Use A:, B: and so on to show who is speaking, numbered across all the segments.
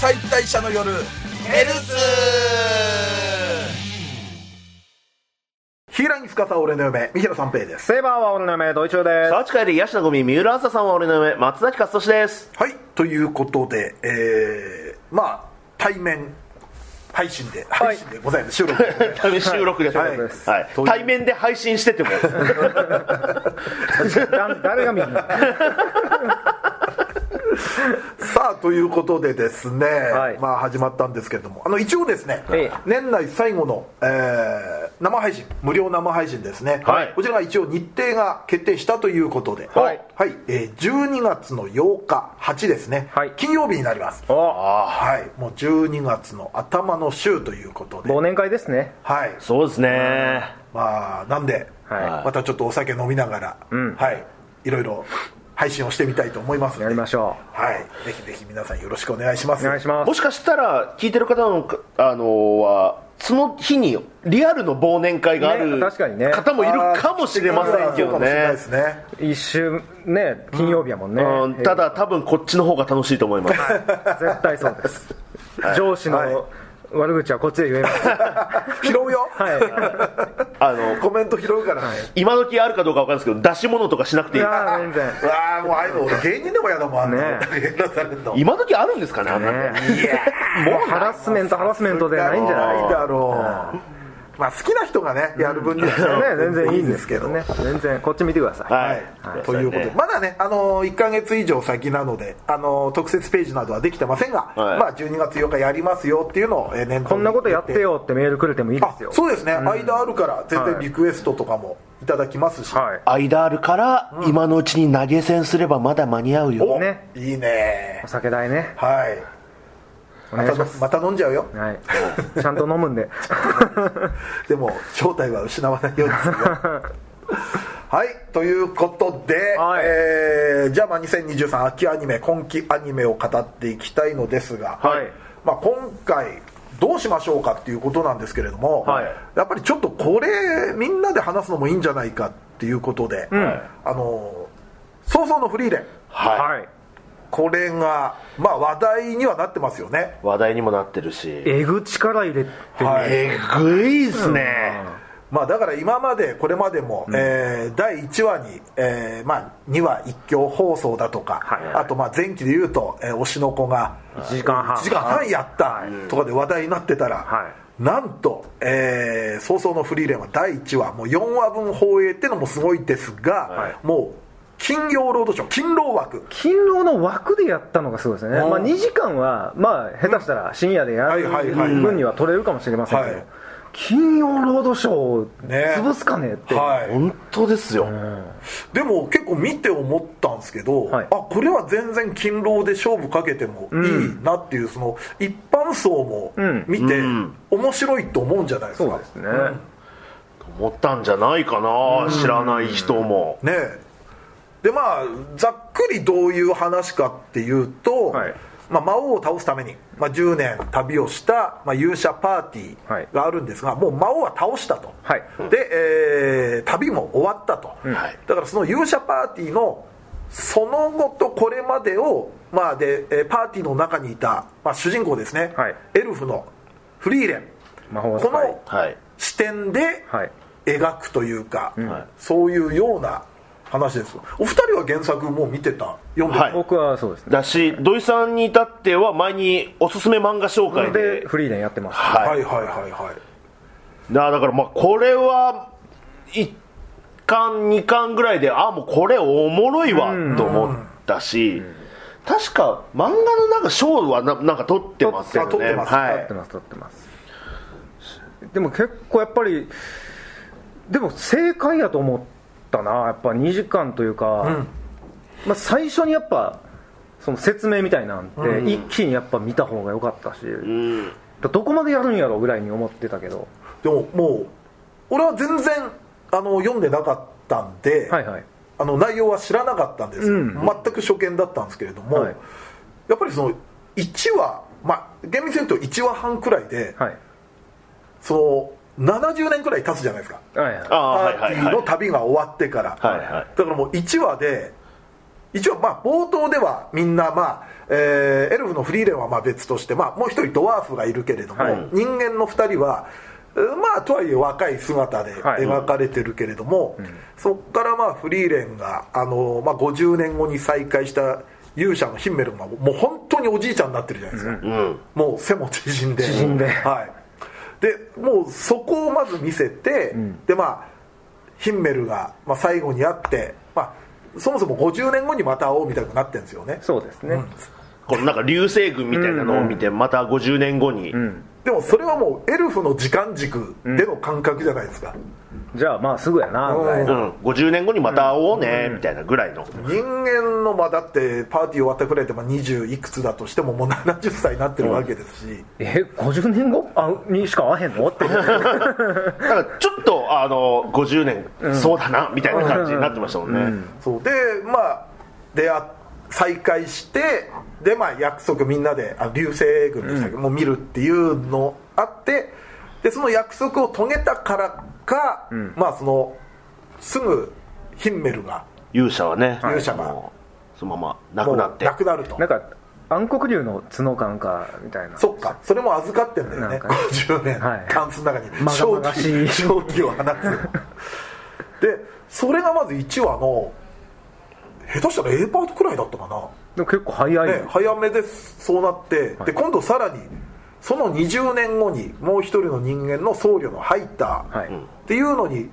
A: 解体者の夜ヘルツ
B: 平西司俺の嫁三平三平です
C: セイバーは俺の嫁、ドイチューです。
D: サーチ帰り、ヤシナゴミ、三浦朝さんは俺の嫁、松崎勝利です。
B: はいということでえー、まあ対面配信で配信でございます、収録で
D: 収録です。
B: はい
D: はい
B: という
D: 対面で配信してても、
C: だ誰が見るの
B: さあということでですね、
C: はい
B: まあ始まったんですけれどもあの一応ですね、
C: ええ
B: 年内最後の、えー生配信無料生配信ですね、
D: はい
B: こちらが一応日程が決定したということで、
C: はい
B: えー12月の8日8ですね、
C: はい
B: 金曜日になります
C: お
B: はいもう12月の頭の週ということで
C: 忘年会ですね。
B: はい
D: そうですね。
B: まあなんで、
C: は
B: またちょっとお酒飲みながら、はいいろいろ配信をしてみたいと思いますので
C: やりましょ
B: はいぜひぜひ皆さんよろしくお願いしま
C: う。
B: す
C: お願いしま
D: も
C: す。
D: しかしたら、聞いてる方の、あのは、その日にリアルの忘年会がある
C: ね確かにね
D: 方もいるかもしれませんけ
B: そうかも
D: ど
B: しれない
D: ね
B: で。すね
C: 一週ね、金曜日やもんね。
D: うんただ、多分こっちの方が楽しいと思いま
C: え
D: す。
C: ー、絶対そうです。上司の悪口はこっちで言えます。
B: 拾うよ、
C: は
D: あの、
B: コメント拾うからね、
D: 今時あるかどうかわかんないですけど、出し物とかしなく
C: い。
D: て
C: い
D: いい。
C: やー全然。
B: うわあもうああいうの俺芸人でも嫌だもんあんな
C: ね
B: 芸人されるの
D: 今時あるんですかね、あんなの
C: ねもうハラスメント、ハラスメントでないんじゃない
B: だろうまあ好きな人がねやる分には
C: ね、全然いいん
B: ん
C: ですけどね。全然、こっち見てください。
D: は
B: はい、ということで、まだね、あのー、1か月以上先なので、あのー特設ページなどはできてませんが、
D: はい
B: まあ、12月8日やりますよっていうのを、えー念頭に
C: こんなことやってよってメールくれてもいいで
B: あ
C: すよ。
B: そうですね、間あるから全然
C: はい
B: リクエストとかもいただきますし、
C: は
D: 間あるから、今のうちに投げ銭すればまだ間に合う
B: お
D: よ。
C: ね
B: いい
C: い。
B: ね
C: お酒代ね。
B: はい
C: お
B: ま
C: 願
B: た
C: いします。
B: また飲んじゃうよ
C: はい。ちゃんと飲むんで。
B: でも正体は失わないように するよはいということで、
C: はい
B: えーじゃあまあ2023秋アニメ今季アニメを語っていきたいのですが、
C: はい
B: まあ、今回どうしましょうかっていうことなんですけれども、
C: はい
B: やっぱりちょっとこれみんなで話すのもいいんじゃないかっていうことで、あの早々のフリーレン
D: は
C: はい。
B: これが、まあ、話題にはなってますよね
D: い。話題にもなってるし。
C: えぐ力入れてるね
D: えぐいっすね。
B: まあ、だから今までこれまでも、えー第1話に、えーまあ、2話一挙放送だとか、
C: はいはい
B: あとまあ前期でいうと、えー推しの子が
C: 1時間半
B: 1時間半やったとかで話題になってたら、
C: は
B: なんと、えー早々のフリーレンは第1話もう4話分放映ってのもすごいですが、もう金曜ロードショー金労枠
C: 勤労の枠でやったのがすごいですね、
B: うん
C: まあ、2時間は、まあ、下手したら深夜でやる
B: はいはいはい
C: 分には取れるかもしれませんけど、
B: はい
C: 金曜ロードショーを
B: ね
C: 潰すかねって、
B: はい
D: 本当ですよ。
B: でも結構見て思ったんですけど、
C: はい
B: あこれは全然勤労で勝負かけてもいいなっていう、その一般層も
C: うん
B: 見て面白いと思うんじゃないです
C: そう
B: か、
C: ですね、
D: 思ったんじゃないかな、知らない人も。
B: ねえでまあざっくりどういう話かっていうと、
C: はい
B: まあ、魔王を倒すために、まあ、10年旅をした、まあ、勇者パーティ
C: はい
B: ーがあるんですが、もう魔王は倒したと、
C: はい
B: で、えー旅も終わったと、
D: はい
B: だからその勇者パーティーのその後とこれまでを、まあでえーパーティーの中にいた、まあ、主人公ですね、
C: はい
B: エルフのフリーレン
C: 魔法使い
B: この
D: はい。
B: 視点で
C: はい
B: 描くというか、そういうような話ですお二人は原作もう見てた読んでた、
D: はい
C: 僕はそうですね
D: だし、土井さんに至っては前におすすめ漫画紹介
C: で
D: で。
C: フリーレンやってます、
D: は
B: は
D: い。
B: い、はいはいはい
D: なだからまあこれは1巻2巻ぐらいであもうこれおもろいわと思ったし、確か漫画のなんか賞はななんか取ってますよね
B: あ取ってます
D: は
C: 撮っ
D: い
C: てます撮ってますでも結構やっぱりでも正解やと思ったなやっぱ2時間というか、まあ、最初にやっぱその説明みたいなんて、一気にやっぱ見た方が良かったし、だからどこまでやるんやろうぐらいに思ってたけど
B: でももう俺は全然あの読んでなかったんで、
C: はいはい
B: あの内容は知らなかったんです、
C: うん
B: 全く初見だったんですけれども、
C: はい
B: やっぱりその1話まあ厳密に言うと1話半くらいで、
C: はい
B: その70年くらい経つじゃないですか
C: はいはい
D: あ
B: パ
D: あはい
B: ー
D: は
B: テ
D: い
B: ィー
D: はい
B: の旅が終わってから、
D: はいはい
B: だからもう1話で一応まあ冒頭ではみんなまあ、えーエルフのフリーレンはまあ別として、まあ、もう一人ドワーフがいるけれども、
C: はい
B: 人間の2人はえーまあとはいえ若い姿で
C: はい
B: 描かれてるけれども、そこからまあフリーレンが、あのーまあ、50年後に再会した勇者のヒンメルがもう本当におじいちゃんになってるじゃないですか、
D: うん
B: もう背も縮んで
C: 縮んで
B: はい、でもうそこをまず見せて、でまあヒンメルが、まあ、最後に会って、まあ、そもそも50年後にまた会おうみたいになってるんですよね
C: そうですね、
D: このなんか流星群みたいなのを見てまた50年後に、
B: でもそれはもうエルフの時間軸での感覚じゃないですか、
C: じゃあまあすぐやなみたいな
D: うん、50年後にまた会おうねみたいなぐらいの、
B: 人間のまあだってパーティー終わったくらいでまあ20いくつだとしてももう70歳になってるわけですし、
C: え50年後あにしか会えへんの って
D: だからちょっとあの50年、そうだなみたいな感じになってましたもんね、
B: そうでまあ出会っ再会してでまあ約束みんなであ流星群でしたけど、もう見るっていうのあってでその約束を遂げたからか、まあそのすぐヒンメルが
D: 勇者はね
B: 勇者が
D: もうそのまま亡くなって
B: もうなると
C: なんか暗黒竜の角かなんかみたいな
B: そっかそれも預かってんだよ
C: なん
B: ね
C: か
B: 50年
C: はい
B: タンスの中に
C: まがまがしい
B: 正気を放つでそれがまず1話の下手したら A パートくらいだったかな
C: でも結構早い、
B: ね、早めでそうなって、で今度さらにその20年後にもう一人の人間の僧侶のハイタ
C: はい
B: ーっていうのに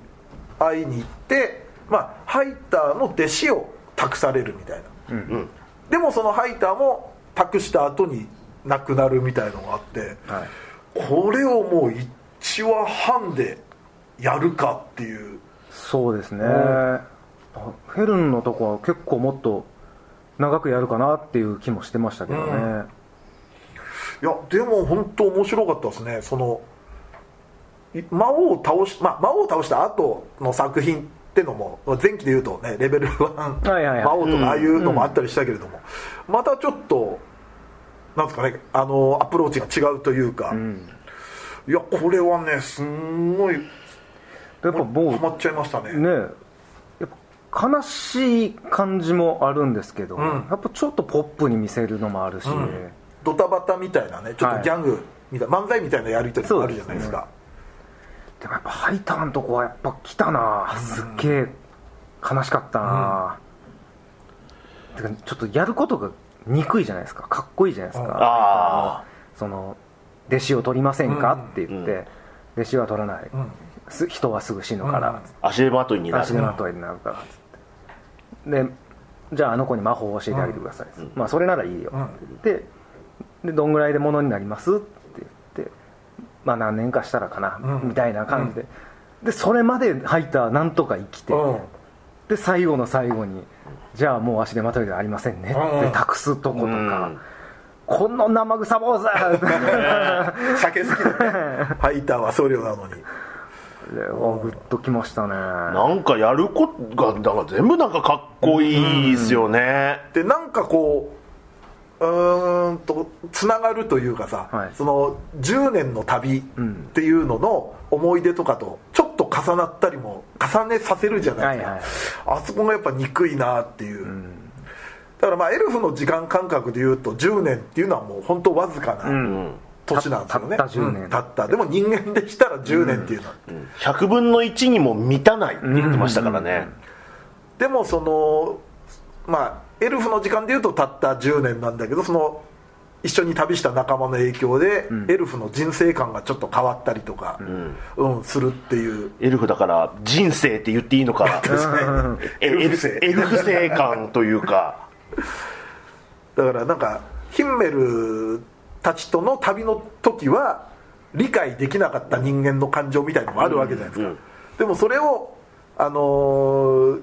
B: 会いに行って、まあ、ハイターの弟子を託されるみたいな、
D: ん
B: でもそのハイターも託した後に亡くなるみたいのがあって、
C: はい
B: これをもう1話半でやるかっていう
C: そうですね、あヘルンのとこは結構もっと長くやるかなっていう気もしてましたけどね、
B: いやでも本当面白かったですねそのい魔王を倒し、まあ、魔王を倒した後の作品ってのも前期で言うとねレベル1、
C: はいはいはい
B: 魔王とかああいうのもあったりしたけれども、またちょっとなんですかねあのアプローチが違うというか、いやこれはねすんごいや
C: やっぱもう
B: ハマっちゃいましたね
C: ねやっぱ悲しい感じもあるんですけど、
B: ん
C: やっぱちょっとポップに見せるのもあるし、
B: ドタバタみたいなねちょっとギャングみたいな、漫才みたいなやり取りもあるじゃないですか
C: でもやっぱハイターンとこはやっぱ来たな、すっげえ悲しかったな、てかちょっとやることが憎いじゃないですかかっこいいじゃないですか、
D: あ
C: その弟子を取りませんかって言って、弟子は取らない、す人はすぐ死ぬから、
B: うん
D: あ足手まといにな
C: 足の
D: る
C: 後になるからっつってでじゃああの子に魔法を教えてあげてください、まあそれならいいよ、ででどんぐらいでものになりますって言ってまあ何年かしたらかな、
B: うん
C: みたいな感じで、でそれまで入ったなんとか生きて、
B: うん
C: で最後の最後にじゃあもう足手まといではありませんね
B: うん
C: って託すとことか、
D: うん
C: この生臭坊主
B: 酒好き でねハイターは僧侶なのに
C: おグッときましたね
D: なんかやることがだから全部なんかかっこいいですよね、
B: でなんかこううーんとつながるというかさ、
C: はい
B: その10年の旅っていうのの思い出とかとちょっと重なったりも重ねさせるじゃないですか、
C: はい
B: あそこがやっぱ憎いなっていう、だからまあエルフの時間感覚でいうと10年っていうのはもう本当わずか
C: う
B: なん年なんですよね、
C: たたった10年
B: うんたったでも人間でしたら10年っていうのは、
D: 100分の1にも満たないって言ってましたからね、
B: でもそのまあエルフの時間でいうとたった10年なんだけどその一緒に旅した仲間の影響で、エルフの人生観がちょっと変わったりとか、うんするっていう
D: エルフだから人生って言っていいのかえエルフ
B: 生
D: エルフ生感というか
B: だからなんかヒンメルたちとの旅の時は理解できなかった人間の感情みたいのもあるわけじゃないですか、
D: うんうん
B: でもそれを、あのー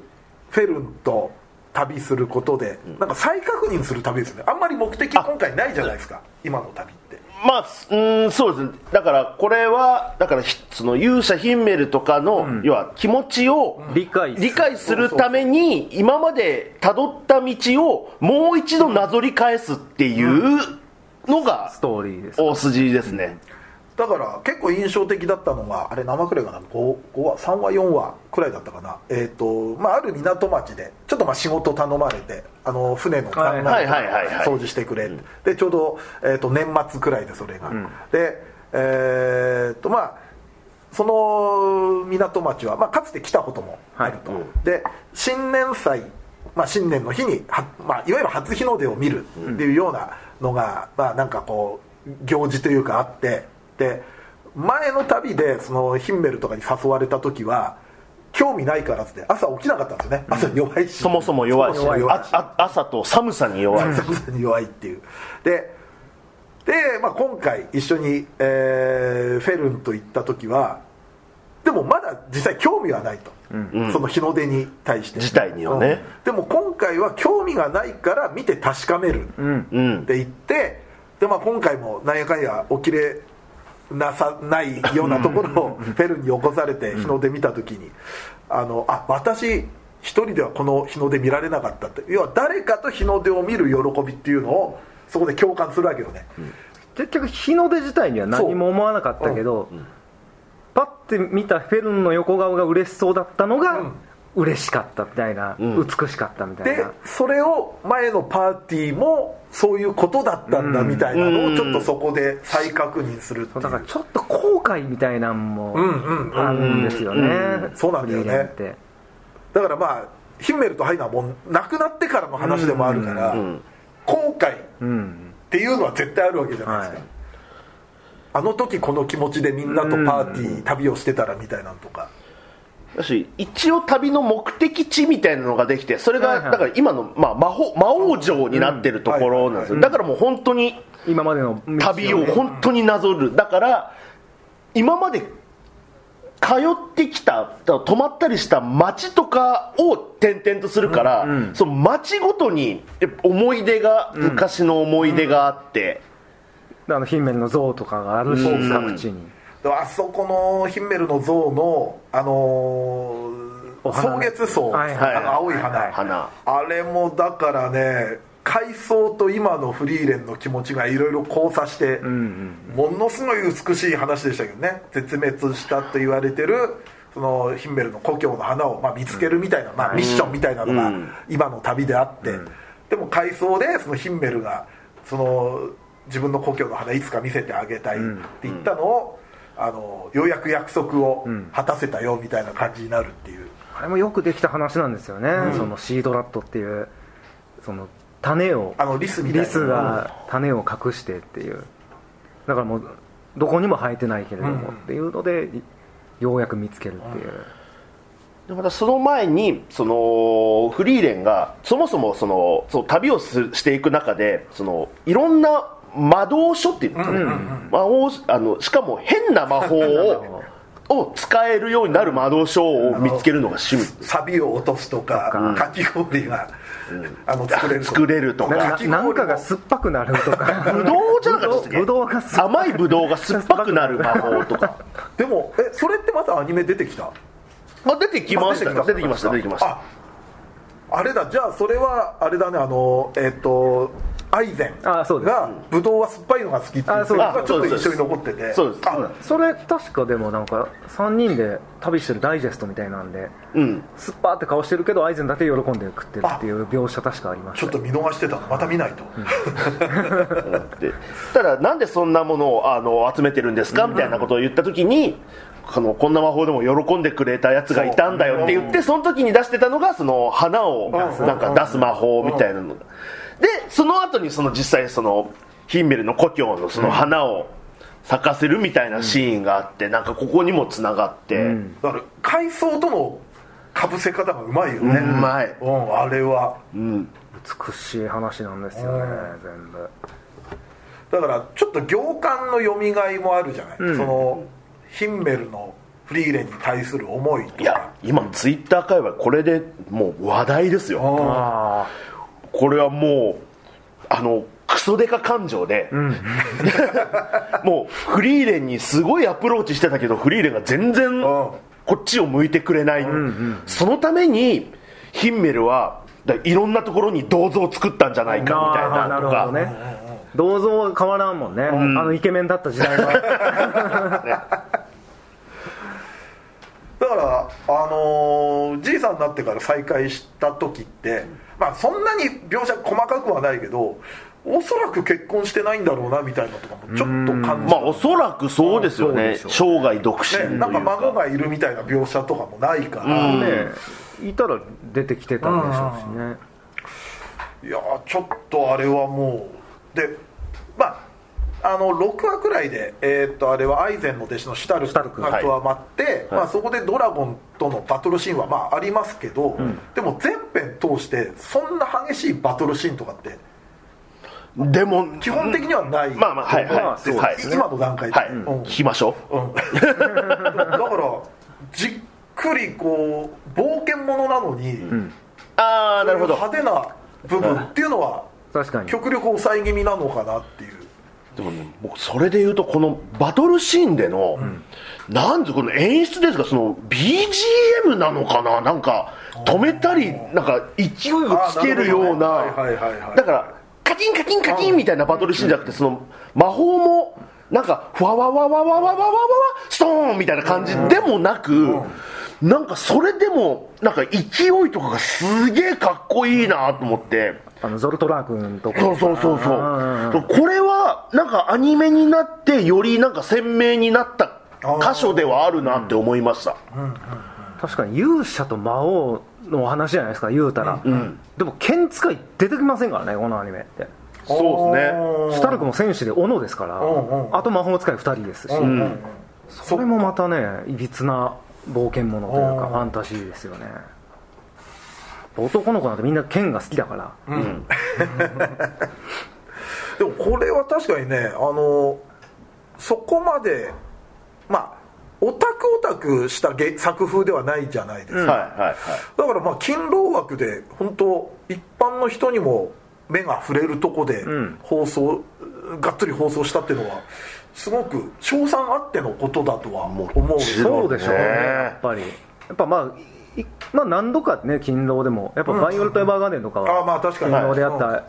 B: フェルンと旅することで、なんか再確認する旅ですよねあんまり目的今回ないじゃないですか今の旅って
D: まあすうんそうですねだからこれはだからひその勇者ヒンメルとかの、要は気持ちを
C: 理解する
D: 理解するために今までたどった道をもう一度なぞり返すっていうのが
C: ストーリーです
D: 大筋ですね、
B: だから結構印象的だったのがあれ生くらいかな 5, 5話3話4話くらいだったかなえっ、とまあある港町でちょっとまあ仕事頼まれてあの船の
C: は
B: 残
C: い
B: 骸
D: はいはいはいはい
B: 掃除してくれってでちょうど、えー、と年末くらいでそれが、でえっとまあその港町は、まあ、かつて来たこともあると、
D: はい
B: で新年祭、まあ、新年の日には、まあ、いわゆる初日の出を見るっていうようなのが、まあ、なんかこう行事というかあってで前の旅でそのヒンメルとかに誘われた時は興味ないからっつって朝起きなかったんですよね朝弱いし、
D: そもそも弱いし
B: そもそも弱いし
D: ああ朝と寒さに弱い、
B: 寒さに弱いっていうでで、まあ、今回一緒に、えーフェルンと行った時はでもまだ実際興味はないと、その日の出に対して
D: 自体にはね
B: うんでも今回は興味がないから見て確かめる
D: うん
B: っ、て言ってで、まあ、今回もなんやかんや起きれなさないようなところをフェルンに起こされて日の出見た時にあのあ私一人ではこの日の出見られなかったって要は誰かと日の出を見る喜びっていうのをそこで共感するわけよね、
C: 結局日の出自体には何も思わなかったけど、パッて見たフェルンの横顔が嬉しそうだったのが、嬉しかったみたいな、
D: ん
C: 美しかったみたい
B: で
C: な
B: それを前のパーティーもそういうことだったんだみたいなのをちょっとそこで再確認するって
C: そ
B: いう
C: うだからちょっと後悔みたいなんも
B: んうんうん
C: あるんですよね、
B: んそうなんだよね
C: フリーレンって
B: だからまあヒンメルとハイナはもう亡くなってからの話でもあるから、
D: ん
B: 後悔
C: うん
B: っていうのは絶対あるわけじゃないですか、
C: はい
B: あの時この気持ちでみんなとパーティー、旅をしてたらみたいなのとか
D: だし一応旅の目的地みたいなのができてそれ
C: はい
D: が
C: はい
D: だから今の、まあ、魔法魔王城になってるところなんですよだからもう本当に
C: 今までの道ね
D: 旅を本当になぞるだから今まで通ってきただから泊まったりした街とかを転々とするから、その街ごとにやっぱ思い出が、昔の思い出があって、
C: あのヒンメルの像とかがあるし、
D: うん
C: 各地に
B: であそこのヒンメルの像のあのー
C: お花
B: 草月草、
C: はいはい
B: あの青い花、
C: はい
D: 花
B: あれもだからね階層と今のフリーレンの気持ちがいろいろ交差して、ものすごい美しい話でしたけどね絶滅したと言われてるそのヒンメルの故郷の花をまあ見つけるみたいな、まあ、ミッションみたいなのが今の旅であって、でも回想でそのヒンメルがその自分の故郷の花いつか見せてあげたいって言ったのを、あのようやく約束を果たせたよみたいな感じになるっていう。
C: あれもよくできた話なんですよね、そのシードラットっていうその種を
B: あのリスみたいな
C: リスが種を隠してっていうだからもうどこにも生えてないけれどもっていうので、ようやく見つけるっていう、
D: でまたその前にそのフリーレンがそもそもそのそう旅をすしていく中でそのいろんな魔導書っていうのかな魔王あのしかも変 な魔法をを使えるようになる魔導書を見つけるのが趣味
B: サビを落とすとかかき氷が、あの作れるとか
D: 作れるとか
C: な
B: かき氷も
C: なんかが酸っぱくなるとか
D: ぶどうじゃなかったですっけ
C: ぶどうが酸っ
D: 甘いぶどうが酸っぱくなる魔法とか
B: でもえそれってまたアニメ出てきた
D: あ出てきました
B: あ
D: 出てきました出てきました
B: ああれだじゃあそれはあれだねあのえっ、とアイゼン
C: あそうです
B: がブドウは酸っぱいのが好きっていう
C: あ
B: そ
C: そう
B: れ
C: です
B: がちょっと一緒に残ってて
D: そうです
B: あ
C: それ確かでもなんか3人で旅してるダイジェストみたいなんで
D: うん
C: 酸っぱって顔してるけどアイゼンだけ喜んで食ってるっていう描写確かありまし
B: ち
C: た
B: ょっと見逃してたのまた見ないと、
D: でただなんでそんなものをあの集めてるんですかみたいなことを言った時にこのこんな魔法でも喜んでくれたやつがいたんだよって言ってその時に出してたのがその花をなんか出す魔法みたいなのでその後にその実際そのヒンメルの故郷のその花を咲かせるみたいなシーンがあってなんかここにもつながってうん
B: だから海藻とのかぶせ方がうまいよね、
D: うまい
B: うんあれは
C: 美しい話なんですよね全部
B: だからちょっと行間のよみがいもあるじゃない、そのヒンメルのフリーレンに対する思いと
D: い
B: か
D: や今ツイッター界隈これでもう話題ですよ
C: あ
D: これはもうあのクソデカ感情で、 もうフリーレンにすごいアプローチしてたけどフリーレンが全然こっちを向いてくれない、そのためにヒンメルはだいろんなところに銅像を作ったんじゃない
C: あ
D: かみたいな
C: な
D: と
C: るほ
D: か
C: どね銅像は変わらんもんね、
D: ん
C: あのイケメンだった時代は
B: だからあのーじいさんになってから再会した時ってまあそんなに描写細かくはないけどおそらく結婚してないんだろうなみたいなのとかもちょっと感じ
D: まあおそらくそうですよね
C: そうでし
D: 生涯独身という
B: ね、なんか孫がいるみたいな描写とかもないから、
D: うん
C: ねいたら出てきてたんでしょうしね
B: いやーちょっとあれはもうでまああの6話くらいで、えーっとあれはアイゼンの弟子のシュタルクが加
D: はい
B: わって、ま
D: は
B: あ、そこでドラゴンとのバトルシーンはまあありますけど、でも全編通してそんな激しいバトルシーンとかって
D: でも
B: 基本的にはない、
D: まあまあはいはい
C: まあそうですね
D: はい
B: 今の段階で、
D: はい
B: うん
D: 聞きましょ
B: うん だからじっくりこう冒険ものなのに、
D: うああなるほど
B: 派手な部分っていうのは
C: 確かに
B: 極力抑え気味なのかなっていう
D: でもね僕それで言うとこのバトルシーンでの、なんでこの演出ですかその BGM なのかななんか止めたりなんか勢いをつけるよ
B: あーなるほ
D: うな
B: どねはいはいはいはい
D: だからカチンカチンカチンみたいなバトルシーンじゃなくてその魔法もなんかふわわわわわわわわわわストーンみたいな感じでもなくなんかそれでもなんか勢いとかがすげえかっこいいなと思って。
C: あのゾルトラー君とか
D: そうそうそうそ
C: う
D: う
C: ん
D: これはなんかアニメになってよりなんか鮮明になった箇所ではあるなって思いました
C: 確かに勇者と魔王のお話じゃないですか言うたら、でも剣使い出てきませんからねこのアニメって
D: そうですね
B: おー
C: シュタルクも戦士で斧ですから、
B: んうん
C: あと魔法使い2人ですし、
B: うんうん
C: それもまたねいびつな冒険者というか
B: おー
C: ファンタジーですよね男の子なんてみんな剣が好きだから、
B: でもこれは確かにねあのそこまでまあオタクオタクしたげ作風ではないじゃないですか、
D: はいはいはい
B: だからまあ勤労枠で本当一般の人にも目が触れるとこで
C: ん
B: 放送、がっつり放送したっていうのはすごく賞賛あってのことだとは思う
C: そうでしょうね
D: ね
C: やっぱりやっぱまあいまあ何度かね勤労でもやっぱ「バイオレット・エヴァーガーデン」とか
B: あ
C: は
B: あまあ確かに
C: 勤労であった、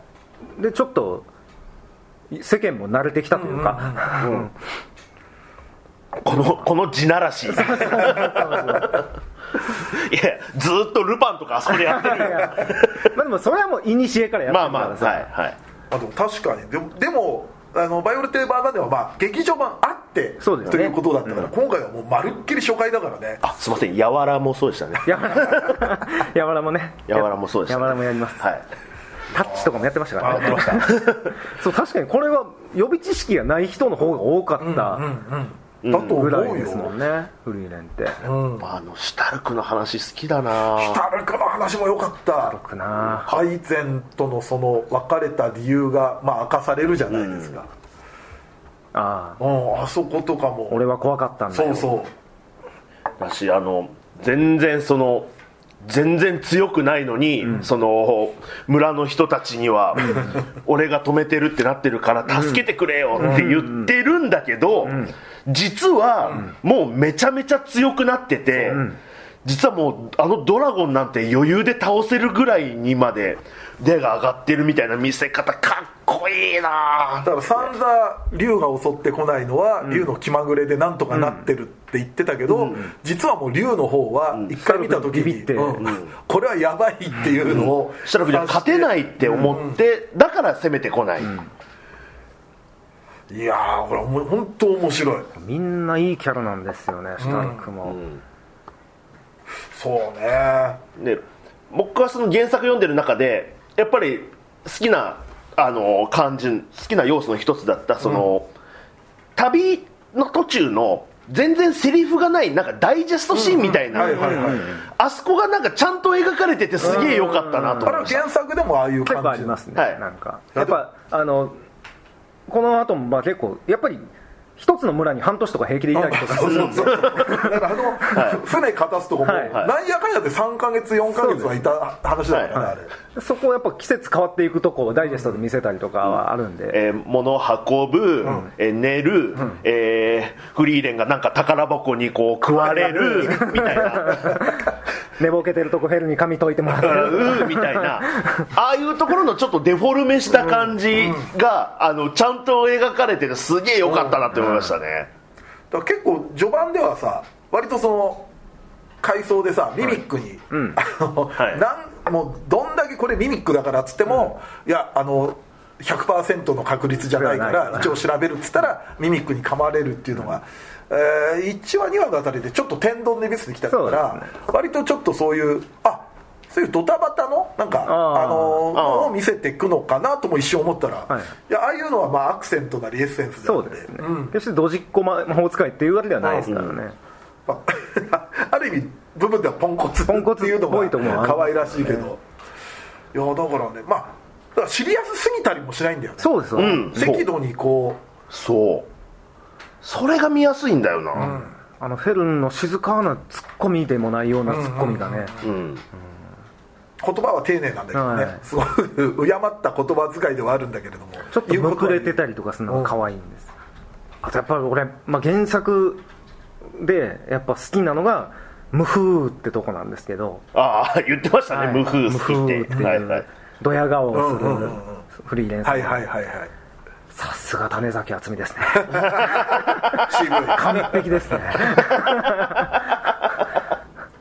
C: でちょっと世間も慣れてきたというか、
D: このこの地なら しいやずーっとルパンとかあそこでやって る
C: まあでもそれはもう古からやってるからさ、
D: まあまあはいはい
B: あでも確かにでもでもあのバイオレット・エヴァーガーデンはまあ劇場版あって
C: そうだよね
B: ということだったから、今回はもうまるっきり初回だからね
D: あすいませんやわらもそうでしたね
C: やわら やわらもね
D: やわらもそうでした、ね、
C: やわらもやります
D: はい
C: タッチとかもやってましたから
B: あや
C: ね
B: ってました
C: そう確かにこれは予備知識がない人の方が多かっ
B: だと
C: た
B: 思
C: ぐ
B: うよ、
C: らいですもんね、古い連って
D: あのシュタルクの話好きだな
B: シュタルクの話も良かった
C: かな
B: アイゼンとのその別れた理由が、まあ、明かされるじゃないですか、
C: ああ
B: うんあそことかも
C: 俺は怖かったんだ
B: そ
C: よ
B: うそう
D: だしあの全然その全然強くないのに、その村の人たちには俺が止めてるってなってるから助けてくれよって言ってるんだけど、実はもうめちゃめちゃ強くなってて、実はもうあのドラゴンなんて余裕で倒せるぐらいにまで腕が上がってるみたいな見せ方かっこいいな
B: だから散々竜が襲ってこないのは、竜の気まぐれでなんとかなってるって言ってたけど、実はもう竜の方は一回見た時に、
C: ビビって
B: うんこれはやばいっていうのを、
D: シュタルクには勝てないって思って、だから攻めてこない、
B: いやーこれはもう本当面白い
C: みんないいキャラなんですよねシュタルクも、
B: そうね
D: で僕はその原作読んでる中でやっぱり好きなあの感じ好きな要素の一つだったその、旅の途中の全然セリフがないなんかダイジェストシーンみたいな、
B: はいはいはい、
D: あそこがなんかちゃんと描かれててすげえ良かったなと
B: あれは
D: 思いました
B: 原作でもああいう
C: 結構あ
B: 感
C: り
B: じ
C: ますね、
D: はい
C: なんかやっぱあのこの後もまあ結構やっぱり一つの村に半年とか平気でいたりとかするんで
B: だからあの、船かたすとこも、
C: はいはい
B: なんやかんやで3か月4か月はいた話だからね、あれ
C: そこをやっぱ季節変わっていくとこをダイジェストで見せたりとかはあるんで、
D: えー物を運ぶ、えー寝る、えーフリーレンがなんか宝箱にこう食われる みたいな
C: 寝ぼけてるとこヘルに髪解いてもらって
D: うーみたいなああいうところのちょっとデフォルメした感じが、あのちゃんと描かれててすげえ良かったなって思いましたね、
B: だから結構序盤ではさ割とその回想でさミミックに、あの
D: はい
B: なんもうどんだけこれミミックだからっつっても、いやあの100%の確率じゃないか
C: じゃない
B: ら一応調べるっつったらミミックに噛まれるっていうのが、えー1話2話のあたりでちょっと天丼で見せてきたか
C: そう
B: ら、割とちょっとそういうあそういうドタバタのなんか
C: あー
B: あの
D: あー
B: を見せていくのかなとも一瞬思ったら、
C: はい
B: い、やああいうのはまあアクセントなりエッセンスであ
C: そ
B: っ
C: う
B: て
C: ですね、
B: うん
C: 決してドジっ子魔法使いっていうわけではないですからね、
B: まあ ある意味部分ではポンコツって
C: ポンコツ
B: いうの
C: っぽいと思う
B: が可愛らしいけどいやだからねまあだから知りやすすぎたりもしないんだよね
C: そうですよね、
D: うん
B: 適度にこ
D: そうそれが見やすいんだよな
C: あのフェルンの静かなツッコミでもないようなツッコミがね、
D: うん、
B: う言葉は丁寧なんだけどね、
C: はい
B: すごく敬った言葉遣いではあるんだけれども
C: ちょっと
B: 言う
C: む
B: こ
C: く
B: は
C: れてたりとかするのが可愛いんです、あとやっぱり俺、まあ、原作でやっぱ好きなのが無風ってとこなんですけど、
D: ああ言ってましたね、
C: はい
D: 無風好きっ
C: 無
D: て
C: 風
D: はい
C: いう
D: はい
C: ドヤ顔をす
B: うんうんうんうん
C: るフリーレンさん、
B: はいはいはいはい
C: さすが種崎渥美ですね
B: 渋い
C: 完璧ですね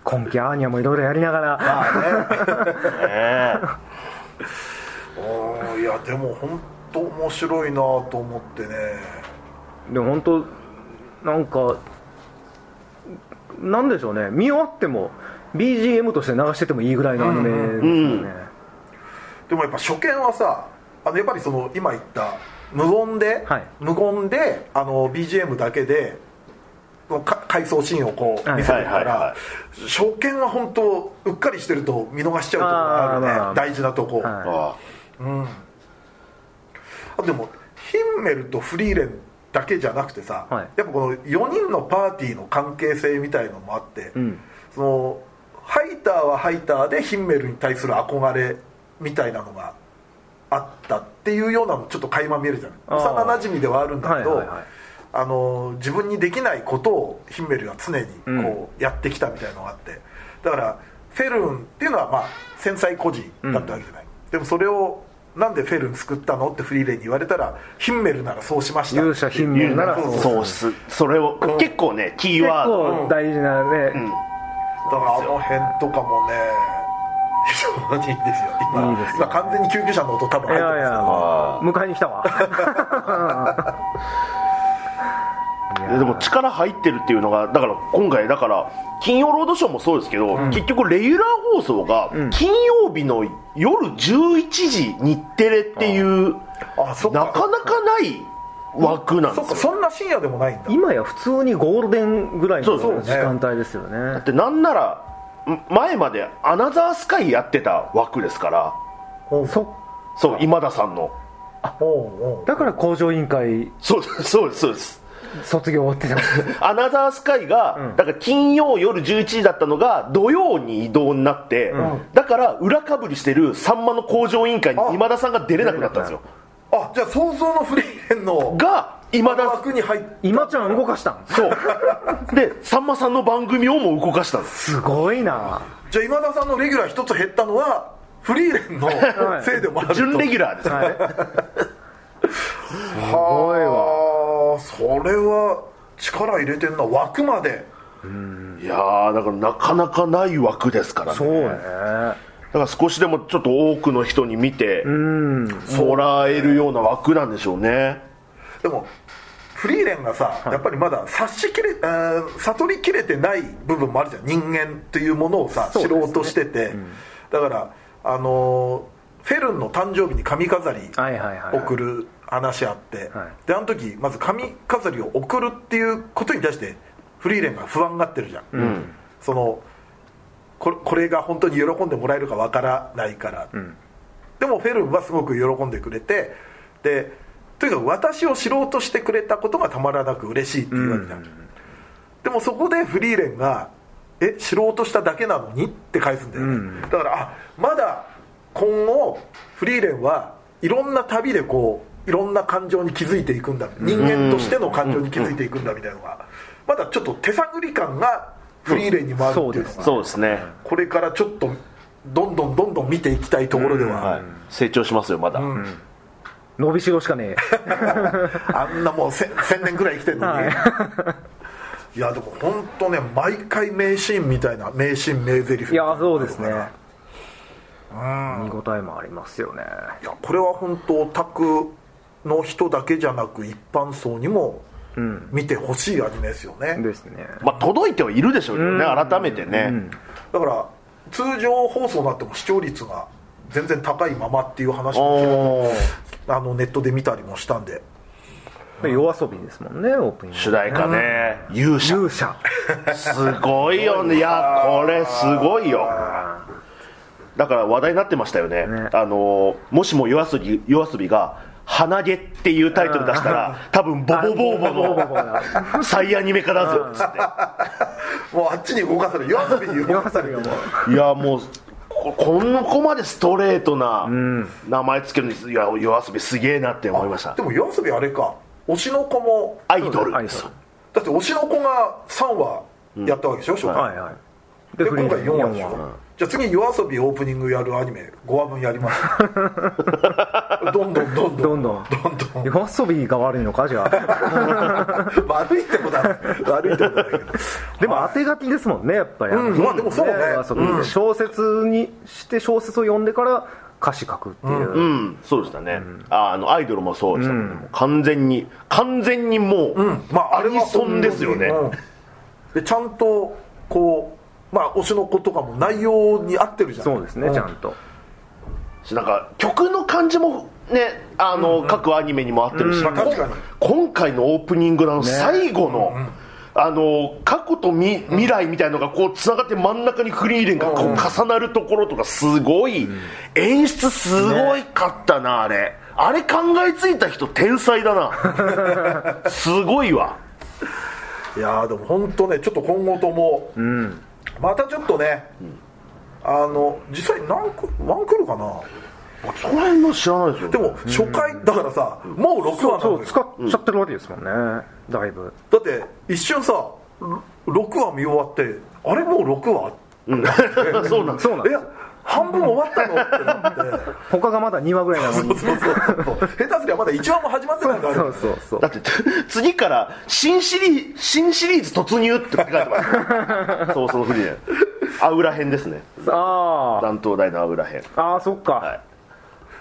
C: 今季アーニャもいろいろやりながら
B: おーいやでも本当面白いなと思ってね
C: でも本当なんかなんでしょうね見終わっても BGM として流しててもいいぐらいのアニメですよね、
B: でもやっぱ初見はさあのやっぱりその今言った無音で、
C: はい
B: 無音であの BGM だけでこうか回想シーンをこう
C: はい
B: 見せてるか
D: はいはいは
B: ら初見は本当うっかりしてると見逃しちゃうところがあるね
C: あーまあ
B: 大事なとこ、
C: はい
D: あ
B: あでもヒンメルとフリーレンだけじゃなくてさ、
C: はい
B: やっぱこの4人のパーティーの関係性みたいのもあって、
C: ん
B: そのハイターはハイターでヒンメルに対する憧れみたいなのがあったっていうようなのちょっと垣間見えるじゃない
C: あー
B: 幼なじみではあるんだけど、
C: はいはいはい
B: あの自分にできないことをヒンメルが常にこうやってきたみたいなのがあって、だからフェルンっていうのはまあ繊細孤児だったわけじゃない、でもそれをなんでフェルン救ったのってフリーレンに言われたらヒンメルならそうしました
C: 勇者ヒン
D: あ
C: メ
D: 言う
C: ルな
D: な
C: ら
D: ら
B: ん
D: そうすそれを
B: ん
D: 結構ねキー
C: 結
D: ワード
C: 構大事なね、
B: だからあの辺とかもね非常にいいですよ今
C: いいですよ
B: 今完全に救急車の音多分入
C: い
B: ってますけ
C: や
B: ど
C: いや
D: あ
C: 迎えに来たわ いや
D: でも力入ってるっていうのがだから今回だから金曜ロードショーもそうですけど、結局レギュラー放送が金曜日の夜11時日テレっていう
B: あそっか
D: なかなかない枠なん
B: そ
D: で
B: っか
D: すよ
B: そんな深夜でもないんだ
C: 今や普通にゴールデンぐらいの
D: そうです
B: ね
C: 時間帯ですよね
D: だってなんならん前までアナザースカイやってた枠ですから
C: そ
D: そう今田さんの
B: おうおう
C: だから工場委員会
D: そうそうですそうです
C: 卒業終わってた
D: アナザースカイが、だから金曜夜11時だったのが土曜に移動になって、だから裏かぶりしてるさんまの工場委員会に
B: あ
D: 今田さんが出れなくなったんですよ
B: あじゃあ想像のフリーレンの
D: が今田
B: 枠に入って
C: 今ちゃん動かしたん
D: そうでさんまさんの番組をも動かしたんです
C: すごいな
B: じゃあ今田さんのレギュラー一つ減ったのはフリーレンの
C: はい
B: せいでもあると
D: 準レギュラーです、
C: はい
B: すごいわそれは力入れてんな枠まで
D: いやーだからなかなかない枠ですからね
C: そうね
D: だから少しでもちょっと多くの人に見てもらえるような枠なんでしょうね
B: でもフリーレンがさ、やっぱりまだ察しきれ、えー悟りきれてない部分もあるじゃん人間というものをさ、知ろうとしてて、だからあのーフェルンの誕生日に髪飾り
C: はいはいはい
B: 送る話あって、
C: はい
B: であの時まず髪飾りを送るっていうことに対してフリーレンが不安がってるじゃん、そのこれこれが本当に喜んでもらえるかわからないから、でもフェルンはすごく喜んでくれてでとにかく私を知ろうとしてくれたことがたまらなく嬉しいっていうわけだ、でもそこでフリーレンが「え知ろうとしただけなのに?」って返すんだよね、だからあまだ今後フリーレンはいろんな旅でこういろんな感情に気づいていくんだ人間としての感情に気づいていくんだみたいなのがまだちょっと手探り感がフリーレンにもあるっていうのが
D: そうですね、
B: これからちょっとどんどんどんどん見ていきたいところで
D: は
B: は、
D: い、成長しますよまだ、
C: 伸びしろしかねえ
B: あんなもうせ1000年ぐらい生きてるのに、い、やでも本当ね毎回名シーンみたいな名シーン名台詞 みた
C: い
B: いな
C: やそうですね
B: いや
C: 見応えもありますよね
B: これは本当オタクの人だけじゃなく一般層にも見てほしいアニメですよね、
C: ですね
D: まあ、届いてはいるでしょうけどね改めてね、
B: だから通常放送になっても視聴率が全然高いままっていう話も
D: おー
B: あのネットで見たりもしたんで
C: 夜遊びですもんねオープニング
D: 主題歌ね、勇者
C: 勇 者
D: すごいよねいやこれすごいよだから話題になってましたよねあのもしも夜遊び夜遊びが「鼻毛」っていうタイトル出した ら多分ボボボーボ
C: ボボボボ
D: の
C: だ
D: 再アニメ化だぞっつって
B: もうあっちに動かされる夜遊び に動かされる
D: いやもうここの子までストレートな名前つけるんですいや夜遊びすげえなって思いました
B: でも夜遊びあれか推しの子も
D: アイドル
C: アイドル
D: です
B: だって推しの子が3話やったわけでしょ、初回
C: はいはい
B: で今回4話でし
C: 四
B: ょ、じゃあ次夜遊びオープニングやるアニメ5話分やりますどんどんどんど
C: ど
B: ん
C: んどん
B: どん どん
C: 夜遊びが悪いのかじゃあ
B: 悪いってことはない悪いってことはないけど
C: でも当て書きですもんねやっぱり、
B: うんまあでもそうね
C: 夜遊びで小説にして小説を読んでから歌詞書くっていう、
D: うんそうでしたね、ああのアイドルもそうでしたもんね、もう完全に完全にもう、
B: うんまああ
D: ア
B: れ
D: ニ
B: は
D: ソンですよね、
B: うんでちゃんとこうまあ推しの子とかも内容に合ってるじゃん
C: そうですね、
B: ん
C: ちゃんと
D: しなんか曲の感じもねあの、各アニメにも合ってるし、
B: まあ確かに
D: こ今回のオープニングのあの最後の、あの過去とみ未来みたいのがこうつながって真ん中にフリーレンがこう重なるところとかすごい、演出すごいかったなあれあれ考えついた人天才だ なすごいわ
B: いやーでも本当ねちょっと今後とも、またちょっとね、あの実際何くワン来るかな
D: その辺の知らないですよ
B: でも初回、だからさもう6話な
C: そ
B: の
C: う
B: よ
C: 使っちゃってるわけですもんね、だいぶ
B: だって一瞬さ6話見終わってあれもう6話
D: も そうなんです
C: そうなんで
B: え
C: す
B: 半分終わったのってなって
C: 他がまだ2話ぐらいなのに
B: そうそうそう下手すりゃまだ1話も始まってないんだ
C: そうそうそう
D: だって次から新シリー新シリーズ突入って書いてます そうそのフリーでアウラ編ですね
C: あー
D: 断頭台のアウラ編
C: あーそっか、
D: はい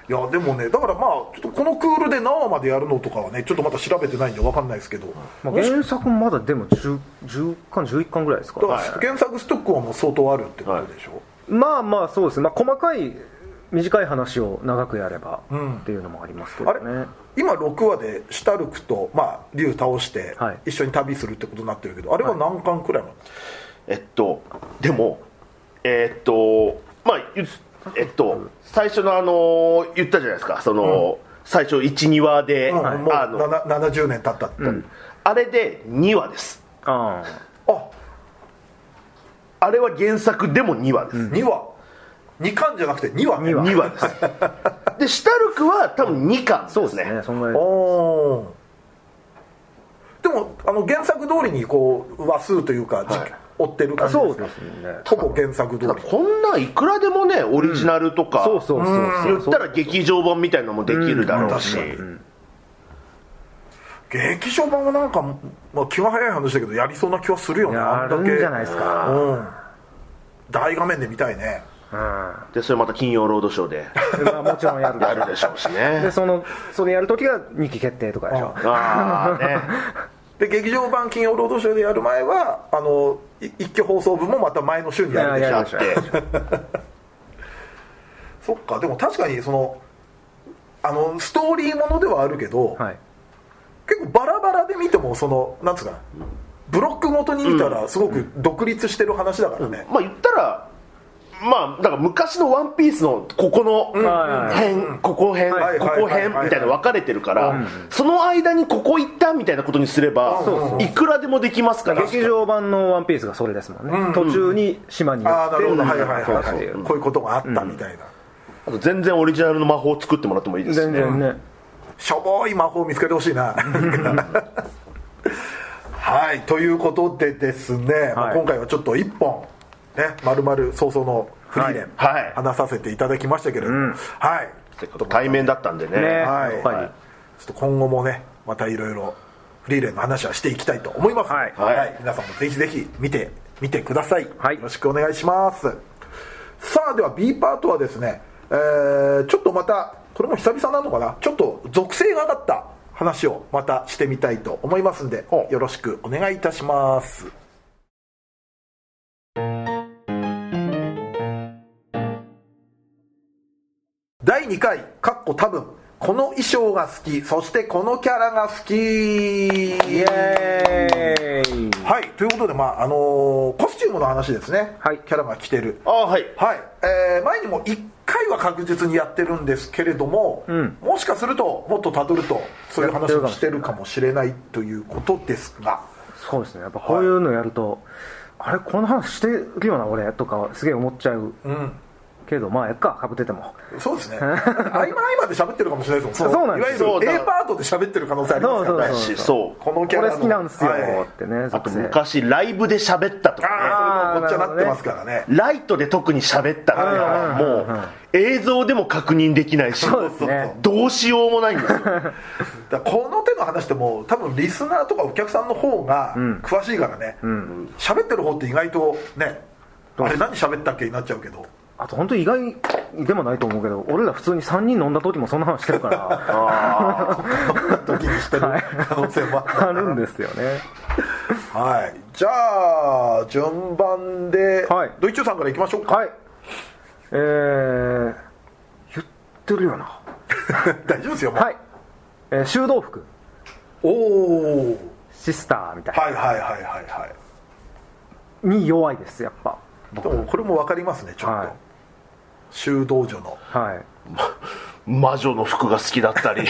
B: いやでもねだからまあちょっとこのクールで何話までやるのとかはねちょっとまだ調べてないんで分かんないですけど、
C: まあ、原作もまだでも 10, 10巻11巻ぐらいですか
B: だから原作ストックはもう相当あるってことでしょ、
C: まあまあそうですね、まあ、細かい短い話を長くやればっていうのもありますけどね、
B: あれ今6話でシュタルクと、まあ、竜倒して
C: はい
B: 一緒に旅するってことになってるけど、あれは何巻くらいなの、
D: えっとでもえっとまあゆえっと最初のあの言ったじゃないですかその、最初12話で、
B: うんもう
D: あの
B: なな70年経ったって、
D: あれで2話です
C: ああ
B: あ
D: あれは原作でも2話です、
B: 2話2巻じゃなくて2話
C: 二話
D: 2話ですでシュタルクは多分2巻です
C: そ
D: ね
C: うですねそんぐらい
B: おーでもあの原作通りにこう話数というか、時期追ってる感じ
C: そう
B: で
C: ですす
B: か
C: ね
B: ほぼ原作通り
D: ただこんないくらでもねオリジナルとか、
C: そうそうそう
D: 言
C: そ
D: っ
C: う
D: たら劇場版みたいなのもできるだろうし、
B: うん確劇場版はなんか、まあ、気は早い話だけどやりそうな気はするよね
C: や
B: あんだ
C: る
B: け
C: んじゃないですか、
B: うん大画面で見たいね
C: うんま
D: でそれまた金曜ロードショーで
C: あ、もちろんやるでし
D: や
C: ょ
D: るでしょうし
C: で
D: ね
C: そのそれやるときが2期決定とかでしょ
D: ああね
B: で劇場版金曜ロードショーでやる前はあのい一挙放送分もまた前の週にやるでしょ
C: い
D: だ
C: や
D: っ
C: でしょ
D: て
B: そっかでも確かにそのあのストーリーものではあるけど、
C: はい
B: 結構バラバラで見てもそのなんつうかなブロックごとに見たらすごく独立してる話だからね、
D: まあ言ったらまあだから昔の「ワンピースのここの
C: ん
D: 辺、ここ辺、
B: はい
D: ここ
B: はいはい
D: 辺
B: はいはい
D: みたいな分かれてるから、その間にここ行ったみたいなことにすれば、いくらでもできますから
C: 劇場版の「ワンピースがそれですもんね、途中に島に寄
B: ああ
C: っ
B: な
C: て
B: るほどはいはい
C: そう
B: は
C: っ
B: い
C: てい
B: はいうこういうことがあったみたいな、
D: あと全然オリジナルの魔法を作ってもらってもいいですし
C: 全
D: ね
C: 然ね、
B: しょぼい魔法を見つけてほしいなはいということでですね、まあ
C: はい
B: 今回はちょっと1本ねまるまる早々のフリーレン、
D: はいはい
B: 話させていただきましたけれども、はい
D: せっかく対面だったんでね
C: ね
B: はい
C: やっぱり、
B: はいちょっと今後もねまたいろいろフリーレンの話はしていきたいと思います、
C: はい
D: はい
B: 皆さんもぜひぜひ見て見てください、
C: はい
B: よろしくお願いしますさあでは B パートはですね、えーちょっとまたこれも久々なのかなちょっと属性が上がった話をまたしてみたいと思いますんで
D: ほう
B: よろしくお願いいたします第2回かっこ多分この衣装が好きそしてこのキャラが好きイ
C: イエーイ
B: はいということで、まああのーコスチュームの話ですね、
C: はい
B: キャラが着てる
D: ああはい
B: はい、えー前にも1回は確実にやってるんですけれども、
C: ん
B: もしかするともっとたどるとそういう話
C: やってるか
B: を
C: も
B: してるかもしれないということですが
C: そうですねやっぱこういうのやると、あれこの話してるよな俺とかすげえ思っちゃう
B: うん
C: けどまあえっかかぶってても
B: そう ですね合間合間で喋ってるかもしれないですもん
C: そうなんです
B: いわゆる
D: そう
B: A パートで喋ってる可能性ありますから
C: そう
B: ね
C: そう
D: しそう
B: このキャ
C: こ
B: ラ
C: れ
B: の
C: 好きなんですよ、
B: はい
C: ってね
D: あと
C: 属性
D: 昔ライブで喋ったとかね
B: ああ
C: あー
B: こっちゃなってますからね
D: ライトで特に喋ったっていうのはもう映像でも確認できないし
C: そうですね
D: どうしようもないんですよ
B: だからこの手の話ってもう多分リスナーとかお客さんの方が詳しいからね喋、ってる方って意外とねあれ何喋ったっけになっちゃうけど
C: あと本当意外でもないと思うけど俺ら普通に3人飲んだ時もそんな話してるから
B: ドキドキしてる可能性も
C: あ
B: ある
C: るんですよね
B: はいじゃあ順番で、
C: はい
B: ドイッチューさんからいきましょうか、
C: はいえー、言ってるよな
B: 大丈夫ですよもう、
C: はい、えー、修道服
B: おお
C: シスターみたいな、
B: はいはいはいはいはい
C: に弱いですやっぱ
B: でもこれも分かりますねちょっと、
C: はい
B: 修道女の
C: はい
D: 魔女の服が好きだったり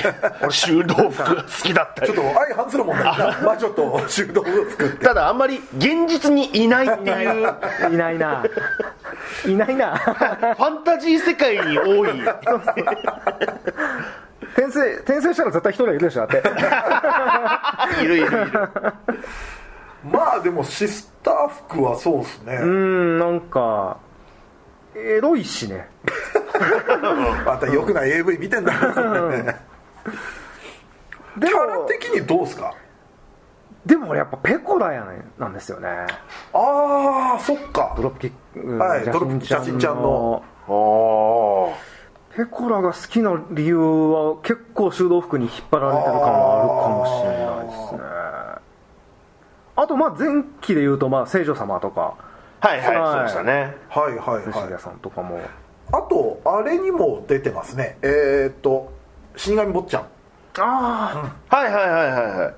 D: 修道服が好きだった
B: ちょ
D: り
B: っと相反するもんね 魔女と修道服って
D: ただあんまり現実にいないっていう
C: いない ないない な
D: ファンタジー世界に多い
C: 転生転生したら絶対一人はいるでしょだって
D: いるいるいる
B: まあでもシスター服はそうですね、
C: うーんなんかエロいしね
B: また良くない AV 見てんだろうねキ
C: で
B: ャラ
C: も
B: 的にどうですか
C: でも俺やっぱペコラやねんなんですよね
B: ああそっか
C: ドロップキック、
B: はい
C: ジャ
B: ドロップ
C: キン
B: ジャキンちゃんの
D: あー
C: ペコラが好きな理由は結構修道服に引っ張られてる感はあるかもしれないですねあとまあ前期で言うとまあ聖女様とか
D: はいはい、
C: はい
D: そうでしたね
B: はいはい
C: 吉田
B: はい
C: さんとかも、
B: あとあれにも出てますねえー、っと死神坊ちゃん
C: あ
D: はいはいはいはいはい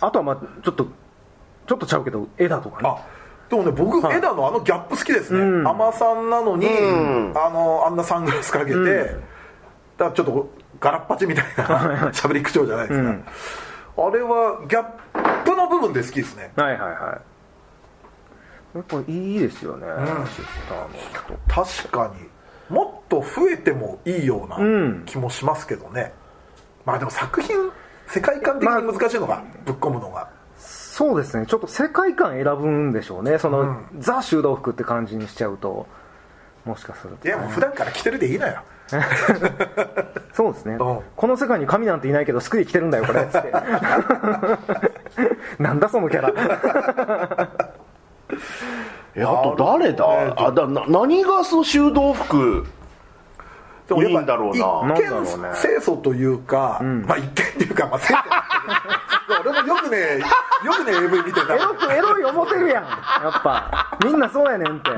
C: ああとはまあちょっとちょっとちゃうけど絵だとかね
B: あでもね僕、
C: い
B: エダのあのギャップ好きですね、海女さんなのに、
D: ん
B: あのあんなサングラスかけて、だからちょっとガラッパチみたいな 喋り口調じゃないですか、あれはギャップの部分で好きですね
C: はいはいはいやっぱいいですよね、シスターの人
B: 確かにもっと増えてもいいようなん気もしますけどね、まあでも作品世界観的に難しいのが、ぶっ込むのが
C: そうですねちょっと世界観選ぶんでしょうねその、ザ修道服って感じにしちゃうともしかする
B: い
C: と
B: やもう普段から着てるでいいのよ
C: そうですね、
B: ん
C: この世界に神なんていないけど救い来てるんだよこれつって なんだそのキャラ
D: えあと誰だあだな何がその修道服
B: でもやっぱ
D: いいんだろうな
B: 一見
C: なんだろうね
B: 清楚というか、まあ一見っていうか、まあ、清楚だけど俺もよくね よくね AV 見てた
C: エロくエロい思ってるやんやっぱみんなそうやねんって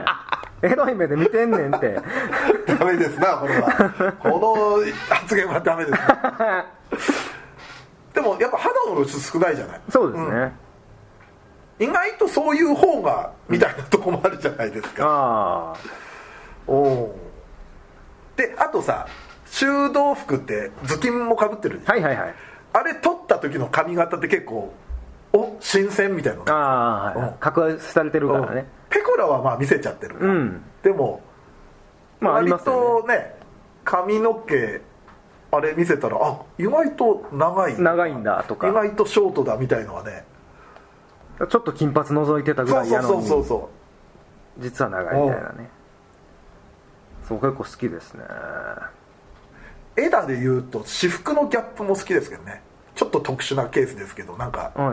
C: エロい目で見てんねんって
B: ダメですなこれはこの発言はダメですね でもやっぱ肌の露出少ないじゃない
C: そうですね、
B: 意外とそういう方がみたいなとこもあるじゃないですか、
C: あ
B: おーであとさ修道服って頭巾もかぶってるでし
C: あ
B: ょ
C: はいはいはい
B: あれ取った時の髪型って結構お新鮮みたいなの
C: ああはいは
B: う
C: い
B: ん
C: 格安されてるからね
B: ペコラはまあ見せちゃってるから、
C: うん
B: でも
C: まああり
B: 割
C: ますよ
B: とね髪の毛あれ見せたらあ意外と長い
C: ね長いんだと
B: 意
C: か
B: 外とショートだみたいのはね
C: ちょっと金髪覗いてたぐ
B: そ
C: ら
B: う
C: い
B: そ
C: や
B: うそ
C: の
B: う
C: に
B: そうそう
C: 実は長いみたいなねそう結構好きですね
B: エダで言うと私服のギャップも好きですけどねちょっと特殊なケースですけどなんか
C: はい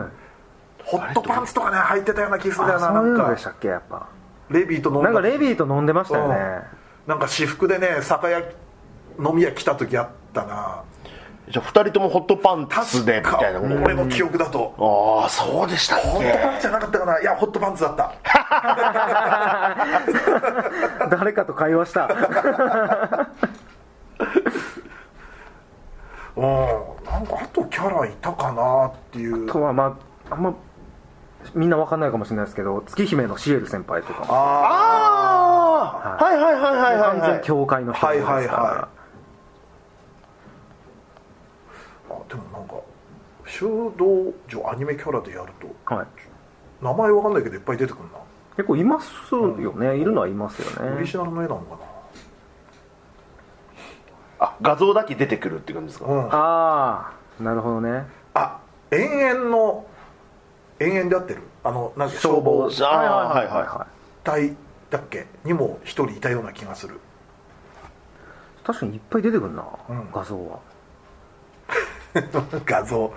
B: ホットパンツとかね履いてたような気するんだ
C: あ
B: よな
C: そういう
B: な
C: の
B: ん
C: でし
B: か
C: たっけやっぱ
B: レビーと飲ん
C: な
B: だ
C: んかレビーと飲んでましたよね
B: うんなんか私服でね酒屋飲み屋来た時あったな
D: じゃあ2人ともホットパンツでみ
B: か
D: たいなこと
B: 俺の記憶だと
D: ああそうでしたっ
B: ホット
D: け
B: パンツじゃなかったかないやホットパンツだった
C: 誰かと会話した
B: うんなんかあとキャラいたかなっていう
C: とはまああんまみんなわかんないかもしれないですけど月姫のシエル先輩とか
B: あ
D: ああはいはいはいはいはい
C: 完
D: はい
C: 全教会の人ですから、
B: はいはいはーあでもなんか修道女アニメキャラでやると
C: はい
B: 名前わかんないけどいっぱい出てくるな
C: 結構いますよね、いるのはいますよ
B: オ
C: ね
B: リジナルの絵なのか
D: あ画像だけ出てくるって感じですか、
B: なうんあ
C: ああなるほどね
B: 延々の延々で合ってるあのなんか消防
D: ああはいはいはい
B: 隊だっけにも一人いたような気がする
C: 確かにいっぱい出てくるな、
B: うん
C: 画像は
B: 画像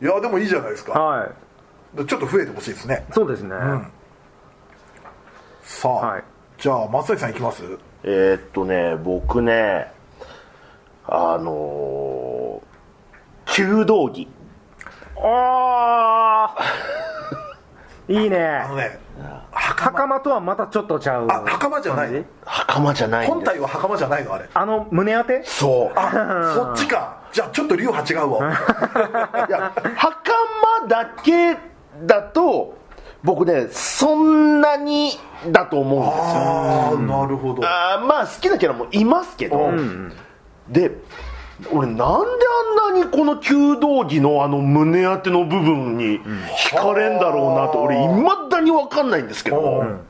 B: いやでもいいじゃないですか
C: はい
B: ちょっと増えてほしいですね
C: そうですね、
B: うんさあ、
C: はい
B: じゃあ松崎さんいきます
D: えー、っとね僕ねあのー、弓道着
C: ああいい
B: あの
C: ね
B: ね
C: 袴とはまたちょっとちゃう
B: あ袴じゃない
C: 感じ
D: 袴じゃないんです
B: 本体は袴じゃないのあれ
C: あの胸当て
D: そうあ
B: あそっちかじゃあちょっと流派違うわ
D: いや袴だけだと僕ねそんなにだと思うんですよ
B: ああなるほど
D: あーまあ好きなキャラもいますけど、で俺なんであんなにこの弓道着のあの胸当ての部分に惹かれんだろうなと俺いまだに分かんないんですけど、
B: うん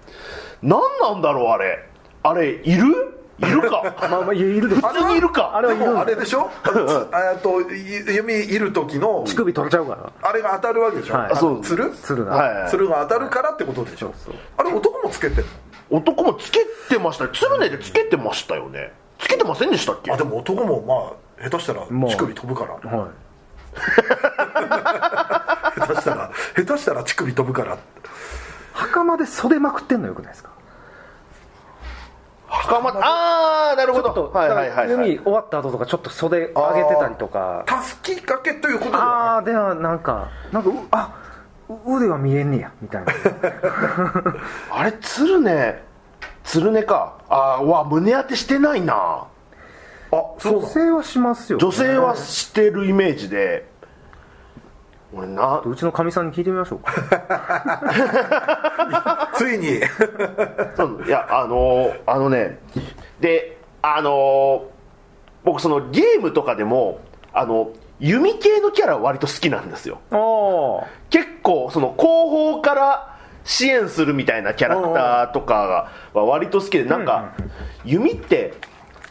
D: 何なんだろうあれあれいるい る
C: まあ、
D: か
C: まあ、いるいる
D: 普通にいるか
C: あれはい
B: で
C: る
B: もあ
C: んだ
B: れでしょあのつえーっとい弓いる時の
C: 乳首取れちゃうから
B: あれが当たるわけでしょ、
C: はい
B: あ
D: あそう
B: つる
C: つるが、
D: はい
B: つるが当たるからってことでしょ
C: そうそう
B: あれ男もつけてる
D: 男もつけてました鶴ねでつけてましたよねつけてませんでしたっけ
B: のあでも男もまあ下手したら
C: まあ
B: 乳首飛ぶから、
C: はい
B: 下手したら下手したら乳首飛ぶから
C: 袴で袖まくってんのよくないですか
D: 袴ああなるほ
C: ち
D: ど
C: ょっと、
D: はいはいはい、
C: だから
D: はい
C: 海終わった後とかちょっと袖上げてたりとか
B: たすき掛けということでは
C: ああーではなんかなんかうあう腕は見えんねやみたいな
D: あれ鶴ね鶴ねかああわ胸当てしてないな
B: ないあそう
C: 女
B: だ
C: 性はしますよ、ね、
D: 女性はしてるイメージで俺な
C: うちのかみさんに聞いてみましょうか
B: ついに
D: いやあのーあのねであのー僕そのゲームとかでもあの弓系のキャラ割と好きなんですよ
C: ああ
D: 結構その後方から支援するみたいなキャラクターとかがは割と好きでなんか弓って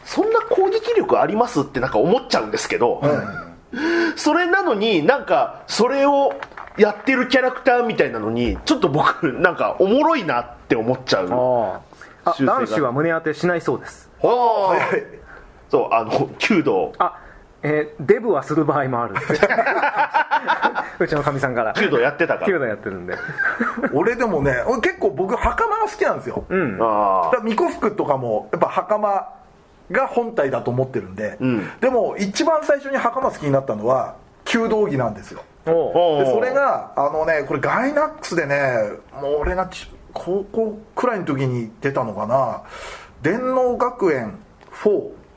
D: そんな攻撃力ありますってなんか思っちゃうんですけど、それなのになんかそれをやってるキャラクターみたいなのにちょっと僕なんかおもろいなって思っちゃう
C: あああ
D: 修正が
C: 男子は胸当てしないそうです
D: あーそうあの 弓道
C: あえーデブはする場合もある うちのかみさんから
D: 弓道やってたか
C: 弓
D: ら
C: 道やってるんで
B: 俺でもね俺結構僕袴が好きなんですよ、
C: うん
B: だ
D: あ
B: から巫女服とかもやっぱ袴が本体だと思ってるんで、
D: うん
B: でも一番最初に袴好きになったのは弓道着なんですよ
C: おう
B: で
D: で
B: それがあのねこれガイナックスでねもう俺がち高校くらいの時に出たのかな電脳学園4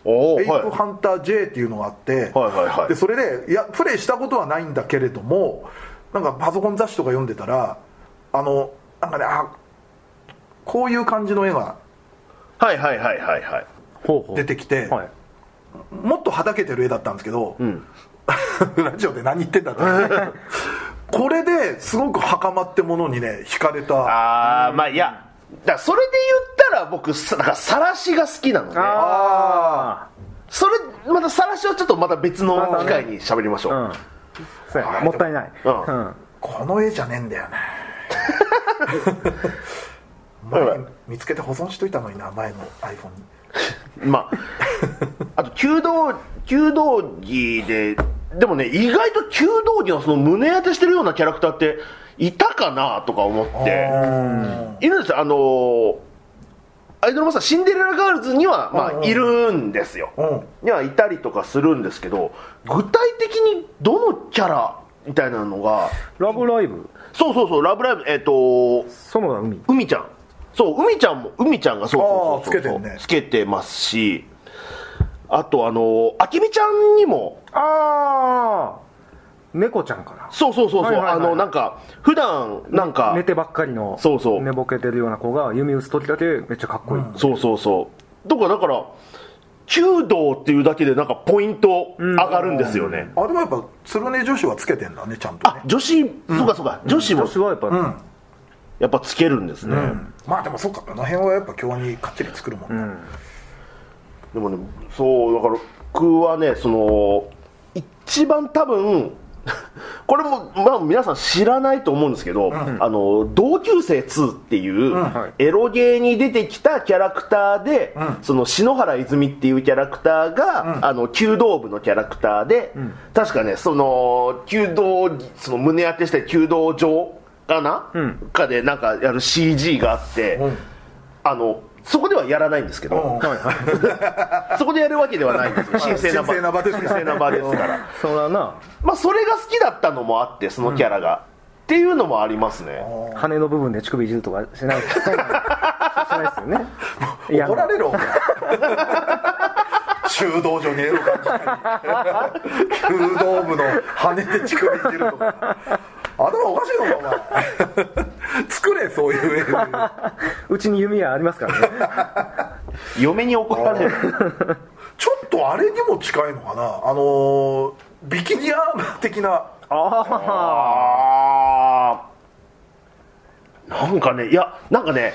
D: おー
B: エイ
D: はい
B: プハンター J っていうのがあって、
D: はいはいはい
B: でそれでいやプレイしたことはないんだけれどもなんかパソコン雑誌とか読んでたらあのなんかねあこういう感じの絵が
D: はいはいはいはいはい
C: ほうほう
B: 出てきて、
C: はい
B: もっとはだけてる絵だったんですけど、 ラジオで何言ってんだって これですごく袴ってものにね惹かれた
D: ああまあいやだからそれで言ったら僕さなんか晒しが好きなので
C: あ
D: それまた晒しはちょっとまた別の
C: またね
D: 機会に喋りましょう、
C: あうんそうやなもったいない
D: うん
C: うん
B: この絵じゃねえんだよね前見つけて保存しといたのにな前の iPhone に
D: まあ、あと弓道弓道着ででもね意外と弓道着のその胸当てしてるようなキャラクターっていたかなとか思っているんですよあのーアイドルマスターシンデレラガールズにはまあいるんですよ
B: う
D: にはいたりとかするんですけど具体的にどのキャラみたいなのが
C: ラブライブ
D: そうそうそう「ラブライブ!」えっ、と
C: 園田海
D: 海ちゃんそう海ちゃんも海ちゃんがそうそうそうそう
B: あーつけてんね
D: つけてますしあとあのあきみちゃんにも
C: ああ猫ちゃんかな
D: そうそうそうそ
C: は
D: う、
C: いはいはい
D: あのなんか普段なんか、
C: 寝てばっかりの
D: そうそう
C: 寝ぼけてるような子が弓打つ時だけめっちゃかっこいい、
D: そうそうそうとかだから弓道っていうだけでなんかポイント上がるんですよね、
B: あでもやっぱ鶴根女子はつけてんだねちゃんと
D: あ
B: ね
D: 女子、そうかそうか女子も
C: 女子はやっぱ、
B: うん
D: やっぱつけるんですね、
B: うんまあでもそっかこの辺はやっぱ京アニかっちり作るもんね、
D: でもねそうだから僕はねその一番多分 これも、まあ、皆さん知らないと思うんですけど「あの同級生2」っていう
C: はい
D: エロゲーに出てきたキャラクターで、その篠原泉っていうキャラクターが、あの弓道部のキャラクターで、確かねその弓道その胸当てして弓道場かな、
C: ん
D: かでなんかやる CG があって、
B: ん
D: あのそこではやらないんですけど、
B: うん
C: はいはい
D: そこでやるわけではないんですよ神聖な場
B: 神聖な場ですから
D: 神聖な場ですから
C: そらな
D: まあそれが好きだったのもあってそのキャラが、っていうのもありますね
C: 羽の部分で乳首いじるとかしないしないですよねいや
B: 怒られるお前修道場にエロ感じたり弓道部の羽で乳首いじるとか頭おかしいのかお前作れそういう絵
C: うちに弓矢ありますからね
D: 嫁に怒られる
B: ちょっとあれにも近いのかなあのービキニアーマー的な
C: ああ
D: あーなんかねいやなんかね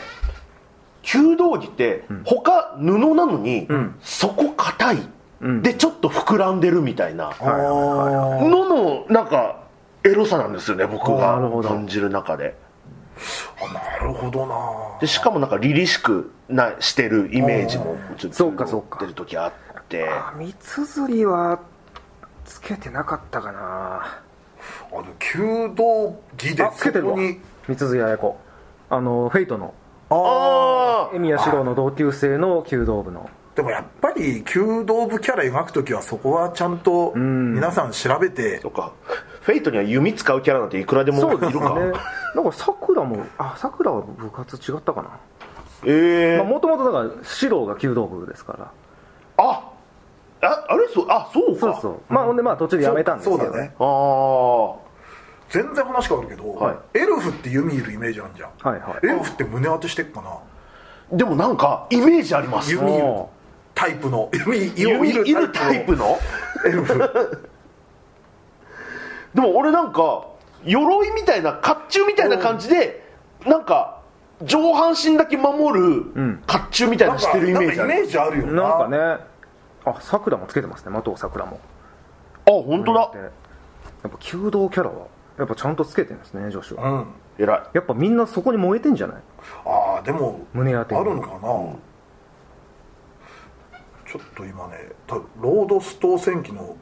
D: 弓道着って他布なのに、そこ硬い、でちょっと膨らんでるみたいな
B: あー
D: ののなんかエロさなんですよね僕が
C: なるほど
D: 感じる中で
B: あなるほどな
D: でしかもなんか凛々しくなしてるイメージもちょっと
C: そうかそうか
D: 出る時あって
C: 三つ釣りはつけてなかったかな
B: あの弓道着で
C: あつけてるわ
B: そこに
C: 三つ釣り綾子あのフェイトの
D: あ
C: 江宮四郎の同級生の弓道部の
B: でもやっぱり弓道部キャラ描くときはそこはちゃんと皆さん調べて、
D: とかフェイトには弓使うキャラなんていくらでもいるか
C: ねだからさくらもあさくらは部活違ったかな
D: ええ
C: もともとだから四郎が弓道部ですから
D: あああれそうあそうか
C: そうそうまあほんでまあ途中でやめたんですけ
B: そう
C: ど
B: だね
D: あ
B: 全然話変わるけど、
D: は
B: エルフって弓いるイメージあるじゃん、
C: はいはい
B: エルフって胸当てしてっかな
D: あでもなんかイメージあります
B: 弓いる
C: おー
B: タイプの弓
D: 弓いるタ
B: タ
D: イ
B: イ
D: プ
B: プ
D: の
B: のエルフ
D: でも俺なんか鎧みたいな甲冑みたいな感じでなんか上半身だけ守る
C: ん
D: 甲冑みたいなのしてるイメージあ
B: なんかイ
D: る
B: メージあるよな
C: なんかねあさくらもつけてますね的さくらも
D: あ本当だ
C: でやっぱ弓道キャラはやっぱちゃんとつけてるんですね女子
B: う
C: は
B: ん
D: 偉い
C: やっぱみんなそこに燃えてんじゃない
B: ああでも
C: 胸当てに
B: あるのかな、ちょっと今ね多分ロードストー戦記の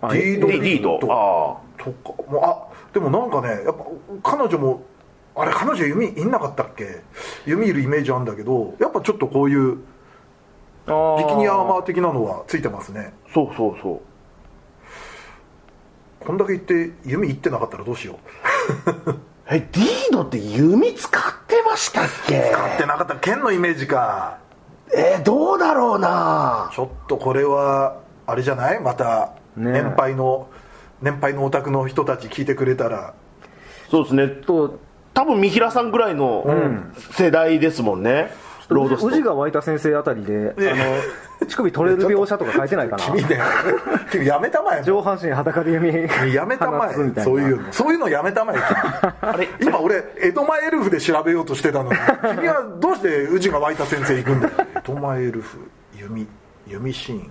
C: あ
B: リード
D: リリード
B: と
D: あ
B: とかもうあでもなんかねやっぱ彼女もあれ彼女弓いんなかったっけ弓いるイメージあるんだけどやっぱちょっとこういうビキニアーマー的なのはついてますね
D: あそうそうそう
B: こんだけ言って弓いってなかったらどうしよう
D: えリードって弓使ってましたっけ
B: 使ってなかった剣のイメージか
D: えーどうだろうな
B: ちょっとこれはあれじゃないまた
C: ねえ
B: 年配の、年配のお宅の人たち聞いてくれたら
D: そうですね
C: と
D: 多分三平さんぐらいの世代ですもんね、ロードスト
C: 宇治が湧いた先生あたりで、あの乳首取れる描写とか書いてないかな
B: 君ね 君やめたまえ
C: 上半身裸で弓
B: やめたま
C: 放つみた
B: え
C: いな
B: そういうのそういうのやめたまえ今俺江戸前エルフで調べようとしてたのに君はどうして宇治が湧いた先生行くんだよ江戸前エルフ弓弓シーン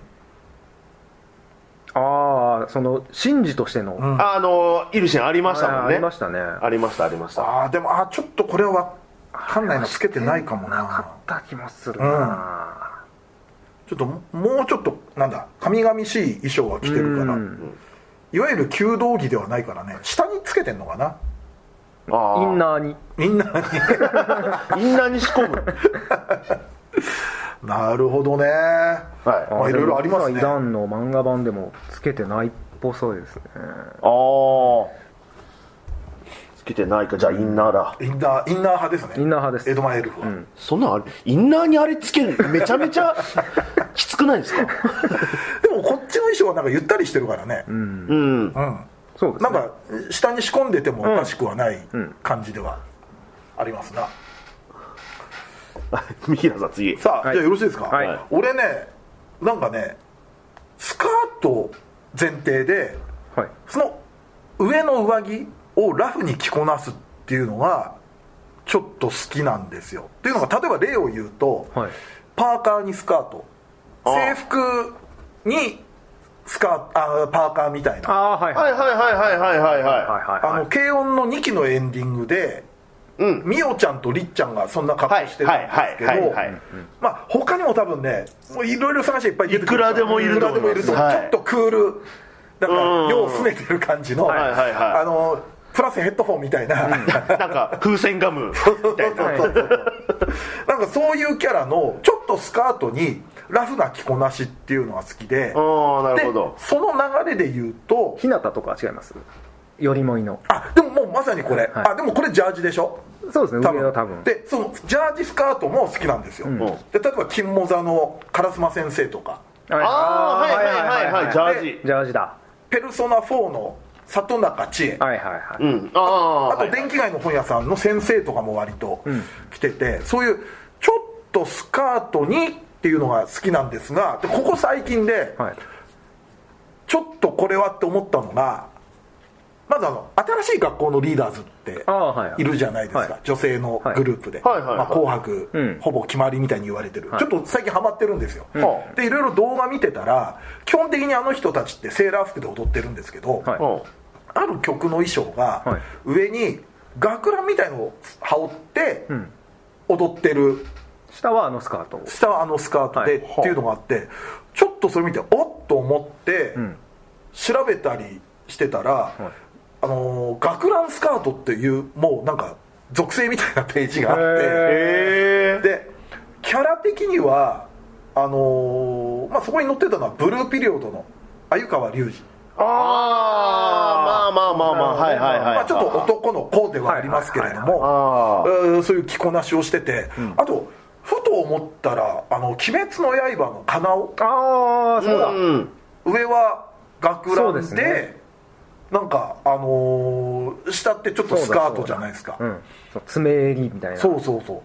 C: ああその神事としての、
B: ん
D: あのイルシンありましたもん
C: あ
D: ね
C: りましたねあ
D: ありましたありました
B: ああでもあーちょっとこれはわかんないのつけてないかもな
C: った気もするな、
B: ちょっとももうちょっとなんだ神々しい衣装は着てるから、
C: うん
B: いわゆる弓道着ではないからね下につけてんのかな
D: あ
C: イン
D: ー
C: ナーに
B: み んなに
D: インナーに仕 込む
B: なるほどね
D: はい
B: まあいろいろありますね
C: イダンの漫画版でもつけてないっぽそうですね
D: ああつけてないかじゃあインナーだ
B: インナーインナー派ですね
C: インナー派です
B: 江戸前エルフは、
D: そんなんあれインナーにあれつけるめちゃめちゃきつくないですか
B: でもこっちの衣装はなんかゆったりしてるからね、うん
D: うん
C: そうです
B: な
C: ね
B: んか下に仕込んでてもおかしくはない感じではありますな、
D: 三平さん次
B: さあ、
C: はい
B: じゃあよろしいですか、
C: はい
B: 俺ねなんかねスカート前提で
C: はい
B: その上の上着をラフに着こなすっていうのがちょっと好きなんですよっていうのが例えば例を言うと、
C: はい
B: パーカーにスカート
D: あ
B: 制服にスカートあパーカーみたい
C: あ
B: な
C: あはいは
D: はいいはいはいはいはいはいは
C: はい
B: あ
C: はい
B: の軽音の2期のエンディングで、
D: うん
B: みおちゃんとりっちゃんがそんな格好してるんですけど
D: はいはいはいはいはい
B: まあ他にも多分ねもういろいろ探していっぱい出てくる
D: いくらでもいると思い
B: いくらで
D: ます
B: もいると思う
D: はい
B: ちょっとクールなん
D: う
B: か
D: ん
B: ようすねてる感じの、
D: はいはいはい
B: あのプラスヘッドフォンみたい な、
D: いなんか風船ガムみたい な
B: そうそうそうなんかそういうキャラのちょっとスカートにラフな着こなしっていうのが好きで
D: ああな
B: で
D: るほど
B: その流れで言うと
C: 日向とかは違いますよりもいの
B: あでももうまさにこれ、
C: はい
B: あでもこれジャージでしょ
C: そうですね上は多分
B: でそのジャージスカートも好きなんですよ、
D: ん
B: で例えば金モザの烏丸先生とか
C: あ
D: ああーはいはいはいはいジャージ
C: ジャージだ
B: ペルソナ4の里中千恵
C: はいはいはい、
D: うんああ
B: あ
D: は
B: と
D: い
B: 電気街の本屋さんの先生とかも割と来てて、そういうちょっとスカートにっていうのが好きなんですがでここ最近で
C: はい、
B: ちょっとこれはって思ったのがまずあの新しい学校のリーダーズって
C: ああはい
B: いるじゃないですか、
C: はい
B: 女性のグループで「
D: はいはいはいはい
B: まあ、紅白、
C: うん
B: ほぼ決まり」みたいに言われてる、
C: い
B: ちょっと最近ハマってるんですよ、
D: うん
B: でいろいろ動画見てたら基本的にあの人たちってセーラー服で踊ってるんですけど、
C: はい
D: うん
B: ある曲の衣装が
C: はい
B: 上に学ランみたいのを羽織って
C: ん
B: 踊ってる
C: 下はあのスカート
B: 下はあのスカートで
C: は
B: っていうのがあってちょっとそれ見ておっと思って
C: ん
B: 調べたりしてたらあのー学ランスカートっていうもうなんか属性みたいなページがあって
D: ええ
B: でキャラ的にはあのーまあそこに載ってたのはブルーピリオドの鮎川隆二
D: ああまあまあまあまあはいはいはい
B: まあ、ちょっと男の子ではありますけれども、
D: ああ
B: えーそういう着こなしをしてて、あとふと思ったら「あの鬼滅の刃」のカナオ
C: ああそうだ、
D: うん
B: 上は学ラン
C: そうで
B: です
C: ね
B: なんかあのー下ってちょっとスカートじゃないですか
C: うん、そう爪襟みたいな
B: そうそうそう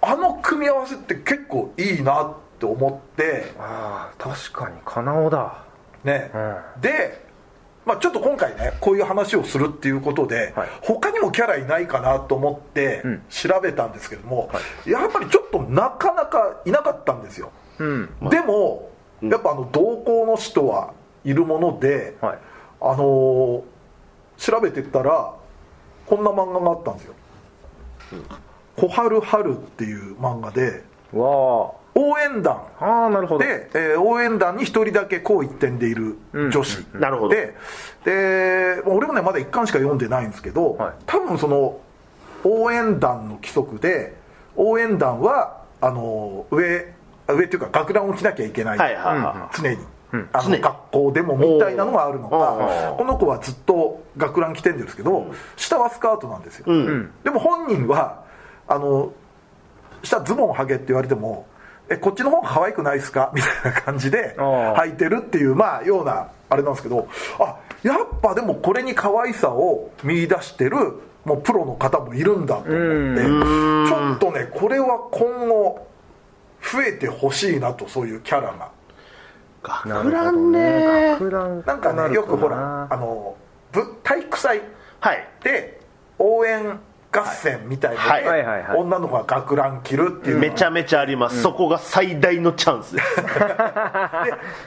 B: あの組み合わせって結構いいなって思って
C: ああ確かに金尾だ
B: ね、
C: う
B: で、まあ、ちょっと今回ねこういう話をするっていうことで、
C: はい
B: 他にもキャラいないかなと思って
C: うん
B: 調べたんですけども、やっぱりちょっとなかなかいなかったんですよ、
C: うん
B: でも、やっぱあの同行の人はいるもので、
C: はい
B: あのー調べてったらこんな漫画があったんですよ「小春春」っていう漫画で
C: わ
B: 応援団
C: あああなるほど
B: で、えー応援団に一人だけこう一点でいる女子、
D: うんなるほど
B: ででまあ俺もねまだ一巻しか読んでないんですけど、
C: はい
B: 多分その応援団の規則で応援団はあの上上っていうか学ランを着なきゃいけない、
D: はいはいは
B: 常に、
C: ん
B: あ
D: 常
B: の
D: に
B: 学校でもみたいなのがあるの
D: おー
B: か
D: おー
B: この子はずっと学ラン着てるんですけど、下はスカートなんですよ、
D: いうん
C: うん
B: でも本人はあの下ズボン履けって言われてもえこっちの方が可愛くないですかみ たいな感じで
C: あー
B: 履いてるっていうまあようなあれなんですけどあやっぱでもこれに可愛さを見出してるもうプロの方もいるんだと思ってちょっとねこれは今後増えてほしいなとそういうキャラが
D: 学ランね
C: 学ラン
B: なんかねよくほらあのぶ体育祭
D: はい
B: で応援合戦みたい
D: はい
C: はいはい
B: な
C: はい
B: ので女の子が学ラン着るっていうのが
D: めちゃめちゃあります、そこが最大のチャンスです
B: で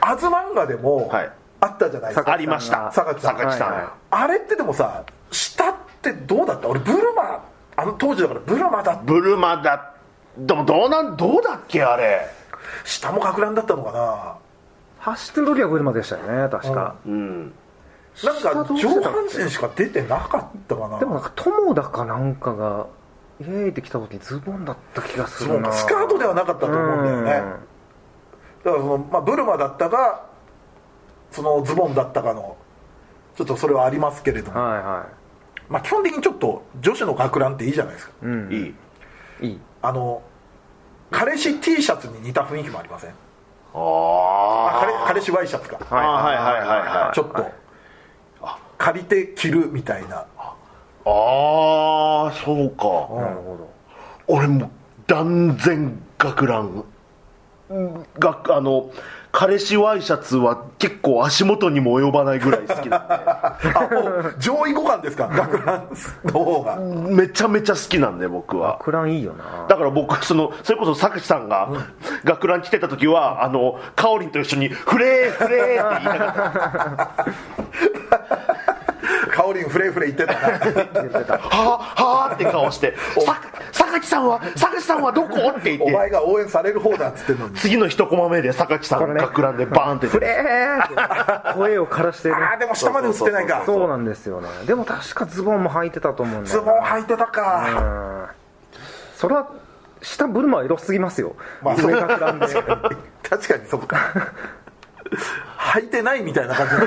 B: 「アズ漫画」でも
D: はい
B: あったじゃないですか、
D: ありました
B: 坂木さん
D: 坂木さん、
C: はいは
B: あれってでもさ下ってどうだった俺ブルマあの当時だからブルマだ
D: ブルマだでもどうなんどうだっけあれ
B: 下も学ランだったのか
C: 走ってる時は車でしたよね確か、
D: うん
B: ななんか
C: 下どうして
B: 上
C: たっけ
B: 半身しか出てなかったかな
C: でもなんか友だかなんかがイエーイって来た時にズボンだった気がす
B: そ
C: る
B: う
C: な
B: かスカートではなかったと思うんだよねだからその、まあ、ブルマだったかそのズボンだったかのちょっとそれはありますけれど
C: うん
B: も、
C: はいは
B: まあ、基本的にちょっと女子の学ランっていいじゃないですか
C: い、うん、
D: い
C: い
D: い
C: いい
B: あの彼氏 T シャツに似た雰囲気もありません
D: あ
B: あ
D: あ
B: 彼彼氏ワイシャツか
D: はいはいはいはいはい
B: ちょっと借りて着るみたいな
D: ああそうか
C: なるほど
D: 俺もう断然学ランがあの彼氏ワイシャツは結構足元にも及ばないぐらい好きなん
B: あもう上位互換ですか 学ランの方が
D: でめちゃめちゃ好きなんで僕は
C: 学ランいいよな
D: だから僕そのそれこそ作地さんが学ラン来てた時はあのかおりんと一緒に「フレーフレー」って言いながら
B: カオリンフレーフレー言ってた な
D: 「はあはあ」って顔して「さ坂地さんは坂地さんはどこ?」って言
B: お
D: って
B: 前が応援される方だっつってんのに
D: 次の一コマ目で坂地さ
C: こ
D: ん
C: れね
D: 学ランでバーンって出
C: フ
D: て
C: レーって声を枯らしてね
B: ああでも下まで映ってないか
C: そうなんですよねでも確かズボンも履いてたと思うんだ
B: ズ
C: よ
B: ボン
C: な
B: 履いてたか
C: それは下ブルマは色すぎますよ、
B: まあそう
C: 上学ラン で
B: 確かにそうか履いてないみたいな感 じ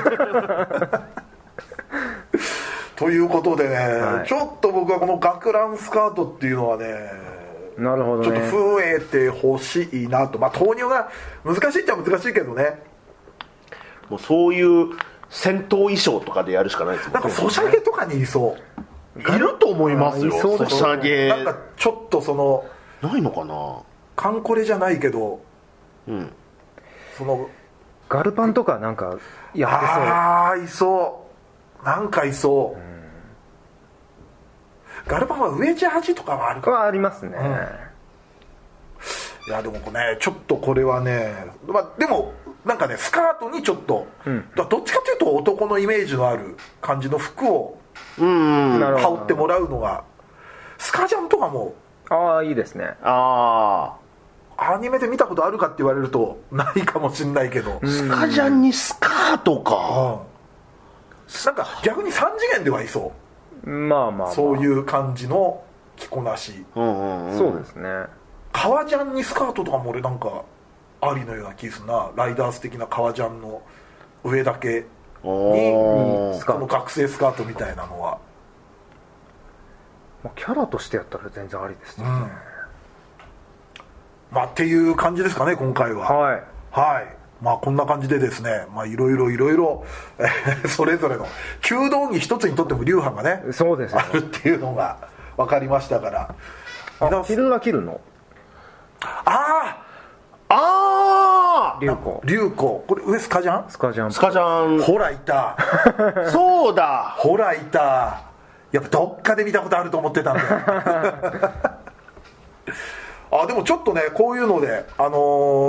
B: ということでね、
C: い
B: ちょっと僕はこの学ランスカートっていうのはね
C: なるほ
B: ち
C: ど
B: ょっと
C: ね
B: 増えてほしいなとまあ投入が難しいっちゃ難しいけどね
D: もうそういう戦闘衣装とかでやるしかないですも
B: なんんかソシャゲとかにいそ
D: いると思いますよ
C: あいそう
D: ソ
C: だと
D: シ
C: 思う
D: ャ
B: う
D: ゲ
B: なんかちょっとその
D: ないのかな
B: カンコレじゃないけど
D: うん
B: その
C: ガルパンとかなんかやってそう
B: ああいそうなんかいそう、ガルパンはウエジャージとかはあるか
C: はありますね、
B: いやでもこれねちょっとこれはね、まあ、でもなんかねスカートにちょっと、だからどっちかというと男のイメージのある感じの服を
D: うん
C: なる
B: 羽
C: ほ
B: 織
C: ど
B: ってもらうのがスカジャンとかも
C: ああいいですね
D: ああ
B: アニメで見たことあるかって言われるとないかもしんないけど、うん
D: スカジャンにスカートか
B: なんか逆に3次元ではいそう
C: まあまあ、まあ、
B: そういうう感じの着こなし
D: うんうんうん
C: そうですね
B: 革ジャンにスカートとかも俺なんかありのような気するなライダース的な革ジャンの上だけ
D: お
C: に
D: ー
C: スカー
B: こ
C: ト
B: の学生スカートみたいなのは
C: まあキャラとしてやったら全然ありですよね、
B: まあっていう感じですかね今回ははい、
C: はい
B: まあこんな感じでですねまあいろいろいろいろえ ーそれぞれの弓道着一つにとっても流派がね
C: そうですよ
B: あるっていうのが分かりましたから
C: あ
B: 皆
C: 着るは着るの
B: あ
D: あ
C: 流行
B: あ流行これ上スカジャン
C: スカジャン
D: あスカジャ
B: ほらいた
D: ンそうだ
B: ほらいたやっぱどっかで見たことあると思ってたん だよあでもちょっとねこういうので、あの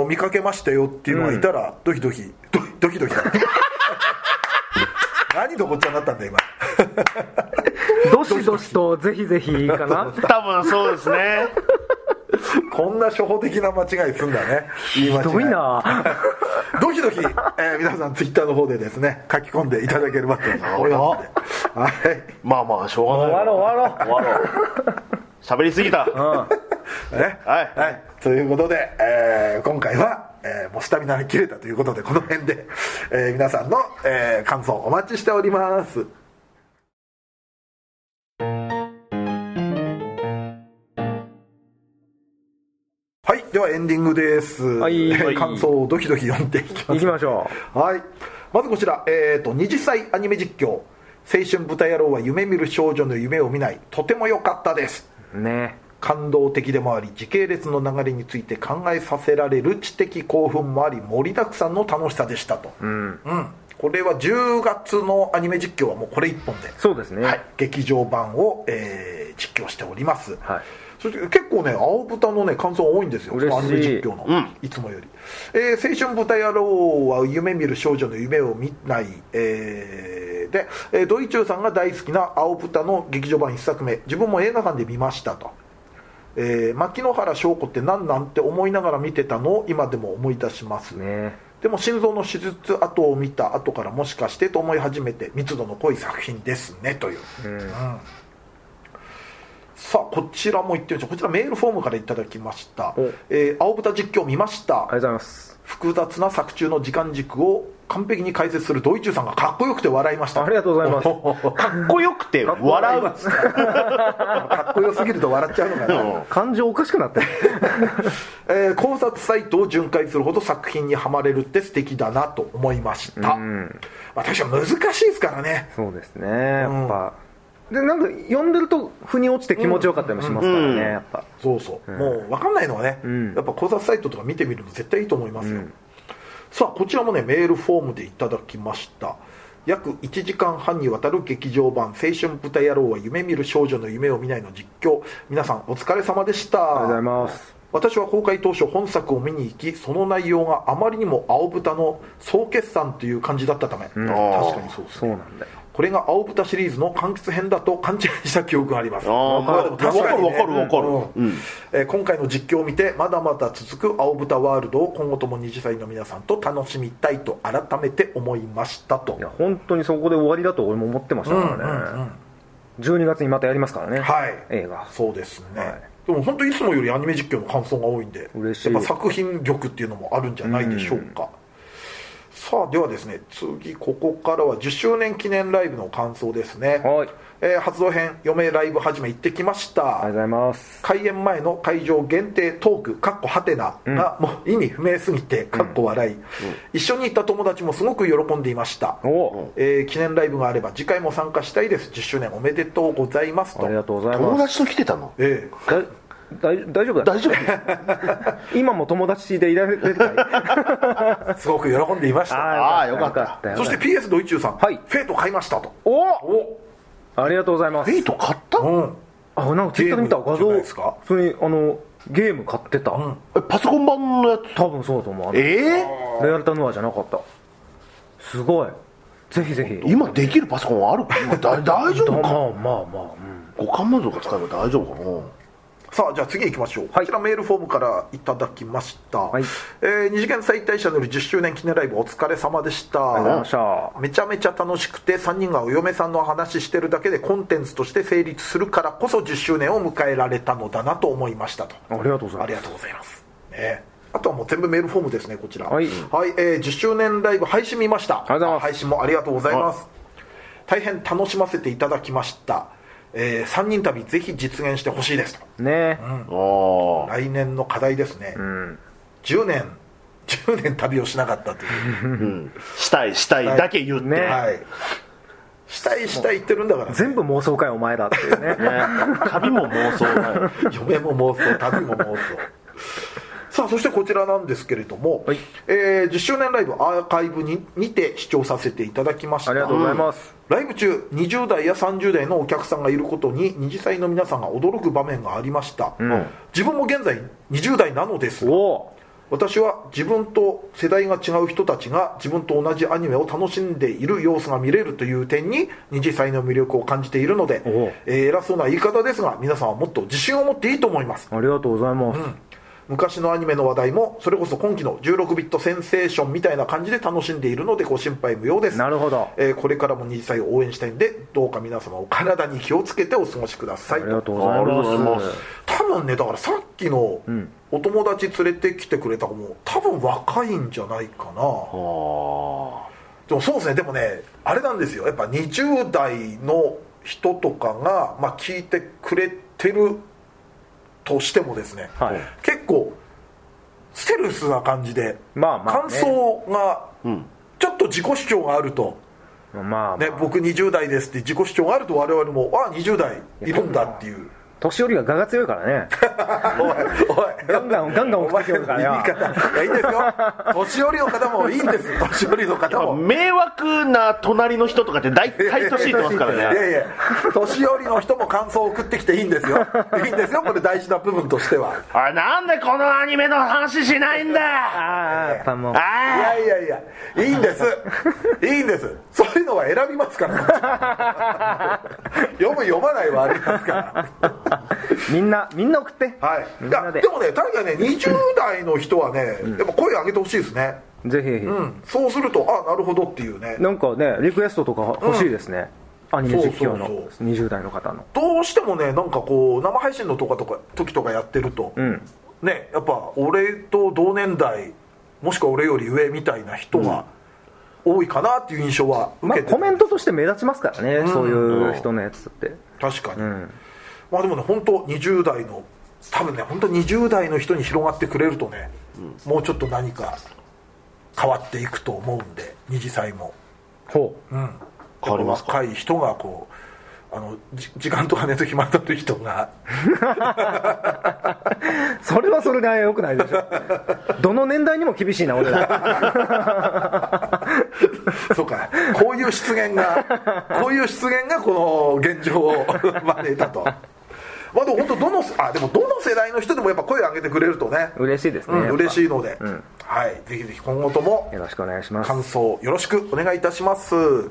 B: ー見かけましたよっていうのがいたら、ドキドキドキドキドキ 何とこっちゃになったんだよ
C: どしどしとぜひぜひか な
D: 多分そうですね
B: 今こんな初歩的な間違いすんだね言い間違
C: ひどいな
B: ドキドキ、えー皆さんツイッターの方でですね書き込んでいただければと思いますのではい
D: まあまあしょうが
C: 終
D: な
C: わ
D: い
C: ろう終わろう
D: 終わろう喋りすぎた
B: ね
D: はい
B: はい、ということで、えー今回は、えーもうスタミナが切れたということでこの辺で、えー皆さんの、えー感想お待ちしておりますはいではエンディングです、
C: はい
B: えー 感想をドキドキ読んでいきます
C: 行きましょ
B: はい、まずこちら、えー、と20歳アニメ実況青春豚野郎は夢見る少女の夢を見ないとても良かったです
C: ね
B: 感動的でもあり時系列の流れについて考えさせられる知的興奮もあり盛りだくさんの楽しさでしたと、
C: うん
B: うんこれは10月のアニメ実況はもうこれ1本で、
C: そうですね
B: はい、劇場版を、えー実況しております、
C: はい
B: そして結構ね青豚のね感想多いんですよ
C: 嬉しい
B: アニメ実況の、
D: うん
B: いつもより、えー青春豚野郎は夢見る少女の夢を見ない」えーで、えードイチューさんが大好きな青豚の劇場版1作目自分も映画館で見ましたと、えー牧野原祥子って何なんて思いながら見てたのを今でも思い出します
C: ね
B: でも心臓の手術跡を見た後からもしかしてと思い始めて密度の濃い作品ですねという、うんさあこちらも言ってみましょうこちらメールフォームからいただきました
C: お
B: 「えー青豚実況見ました
C: ありがとうございます
B: 複雑な作中の時間軸を完璧に解説するドイチューさんがかっこよくて笑いました」
C: ありがとうございます
D: かっこよくて
C: っこよく
D: 笑う
B: かっこよすぎると笑っちゃうのかな
C: 感情おかしくなってる
B: えー考察サイトを巡回するほど作品にはまれるって素敵だなと思いました、私は難しいですからね
C: そうですねやっぱ、でなんか読んでると腑に落ちて気持ちよかったりもしますからね、
D: うん
C: やっぱ
B: そうそう、もう分かんないのはね、
C: ん
B: やっぱ考察サイトとか見てみるの絶対いいと思いますよ、さあこちらもねメールフォームでいただきました約1時間半にわたる劇場版「青春豚野郎は夢見る少女の夢を見ない」の実況皆さんお疲れ様でした
C: ありがとうございます
B: 私は公開当初本作を見に行きその内容があまりにも青豚の総決算という感じだったため、確かにそうです
C: そうなんだよ
B: これが青豚シリーズの柑橘編だと勘違いした記憶があります
D: あー
B: まあでも確かにね
D: わかるわかるわかる
B: うん
D: うん
B: えー今回の実況を見てまだまだ続く青豚ワールドを今後とも20歳の皆さんと楽しみたいと改めて思いましたと
C: いや本当にそこで終わりだと俺も思ってましたからね、12月にまたやりますからね、
B: はい
C: 映画
B: そうですね、
C: はい
B: でも本当いつもよりアニメ実況の感想が多いんで
C: 嬉しい
B: やっぱ作品力っていうのもあるんじゃないでしょうか、さあではですね次ここからは10周年記念ライブの感想ですね、
C: はい
B: えー発動編嫁ライブ始め行ってきました、
C: ありがとうございます
B: 開演前の会場限定トークかっこはてながもう意味不明すぎてかっこ笑い、一緒に行った友達もすごく喜んでいました、
C: おお、
B: えー記念ライブがあれば次回も参加したいです10周年おめでとうございますと
C: ありがとうござい
D: 友
C: ます
D: 達と来てたの
B: ええ
C: だ大大丈夫だ
D: 大丈 夫
C: 今も友達でいられてたい
B: すごく喜んでいまし
C: あ
B: た
D: あーよかった
C: よかったよ
B: そして PS ドイチューさん、
C: はい
B: フェイト買いましたと
C: おありがとうございま
D: フェ
C: す
D: イト買った
B: うん
C: あなんかツイッターで見た
B: ゲーム
C: 画
B: じゃない
C: 像
B: ですか
C: それにあのゲーム買ってた、
B: ん
D: えパソコン版のやつ
C: 多分そうだと思うあの
D: ええ
C: レアルタノアじゃなかったすごいぜひぜひ
D: 今できるパソコンある今だ 大丈
C: まあ
D: 夫
C: ま
D: か
C: あまあ、うん
D: 五感満足が使えば大丈夫かな
B: さあじゃあ次行きましょう、
C: は
B: こ
C: い
B: ちらメールフォームからいただきました、
C: い
B: えー二次元再退社による10周年記念ライブお疲れ様でした、
C: ありがとうございました
B: めちゃめちゃ楽しくて3人がお嫁さんの話してるだけでコンテンツとして成立するからこそ10周年を迎えられたのだなと思いましたと
C: ありがとうございます
B: ありがとうございます、ねあとはもう全部メールフォームですねこちら
C: はい
B: えー10周年ライブ配信見ました
C: ありがとうございます
B: 配信もありがとうございます、大変楽しませていただきました、え3人旅ぜひ実現してほしいですと
C: ね
D: あ
B: 来年の課題ですね、10年10年旅をしなかったという
D: あ したいしたいだけ言って、
C: ね
B: はい、したいしたい言ってるんだから、
C: 全部妄想かいお前だっていうね
D: 旅も妄想 な い
B: 嫁も妄想旅も妄想さあそしてこちらなんですけれども、
C: はい
B: えー10周年ライブアーカイブににて視聴させていただきました
C: ありがとうございます、
B: ライブ中20代や30代のお客さんがいることに20歳の皆さんが驚く場面がありました、自分も現在20代なのです
C: おお
B: 私は自分と世代が違う人たちが自分と同じアニメを楽しんでいる様子が見れるという点に20歳の魅力を感じているので
C: おう、
B: えー偉そうな言い方ですが皆さんはもっと自信を持っていいと思います
C: ありがとうございます、
B: 昔のアニメの話題もそれこそ今期の16ビットセンセーションみたいな感じで楽しんでいるのでご心配無用です
C: なるほど
B: えーこれからも20歳を応援したいんでどうか皆様お体に気をつけてお過ごしください
C: ありがとうござい
D: ありがとうござい
C: ま
D: ますす
B: 多分ねだからさっきのお友達連れてきてくれた子も多分若いんじゃないかな、
D: あ
B: でもそうですねでもねあれなんですよやっぱ20代の人とかが、まあ、聞いてくれてるとしてもですね、
C: はい
B: 結構ステルスな感じで、
C: まあまあね
B: 感想が
D: ん
B: ちょっと自己主張があると、
C: まあまあ、
B: ね、僕20代ですって自己主張があると我々もああ20代いるんだっていう
C: 年寄りが我が強いからね
B: おいおい
C: ガンガンガンガン
B: お
C: 送っ
B: 前
C: てくるか
B: の
C: ら
B: 言い
C: よ
B: 方いやいいですよ年寄りの方もいいんです年寄りの方も
D: 迷惑な隣の人とかって大体年いってますか
B: い
D: らね
B: やいや年寄りの人も感想を送ってきていいんですよいいんですよこれ大事な部分としては
D: あなんでこのアニメの話しないん
C: あ
D: だあ
C: あやっぱもう
B: い
D: あ
B: やいやいやいいんですいいんですそういうのは選びますから 読む読まないはありますから
C: みんなみんな送って
B: はい
C: みん
B: い
C: な
B: や
C: で
B: でもね確かにね20代の人はね、やっぱ声上げてほしいですね
C: ぜひぜひ、
B: うんそうするとあなるほどっていうね
C: なんかねリクエストとか欲しいですね、アニメ実況の
B: そうそう
C: 20代の方の
B: どうしてもねなんかこう生配信のとかとか時とかやってると、
C: ん
B: ねやっぱ俺と同年代もしくは俺より上みたいな人が多いかなっていう印象は受
C: まあ
B: けてる、
C: コメントとして目立ちますからね、そういう人のやつって
B: 確かに、
C: うん
B: まあでもね本当20代の多分ね本当20代の人に広がってくれるとね、もうちょっと何か変わっていくと思うんで二次祭も
C: ほう
D: 変わりますか
B: 若い人がこうあのじ時間と金と暇とる人が
C: それはそれでよくないでしょどの年代にも厳しいな俺ら
B: そうかこういう失言がこういう失言がこの現状を招いたと まあでも本当どのあでもどの世代の人でもやっぱ声を上げてくれるとね、
C: 嬉しいですね、
B: う
C: やっ
B: ん、
C: ぱ
B: 嬉しいので、
C: ん
B: はいぜひぜひ今後とも
C: よろしくお願いします
B: 感想よろしくお願いいたします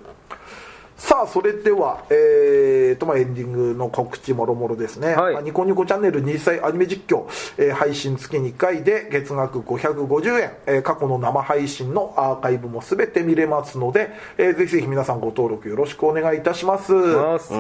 B: さあそれではえー、とまあエンディングの告知もろもろですね、
C: はい
B: まあニコニコチャンネル2歳アニメ実況、えー配信月2回で月額550円、えー過去の生配信のアーカイブも全て見れますので、えーぜひぜひ皆さんご登録よろしくお願いいたします
C: ます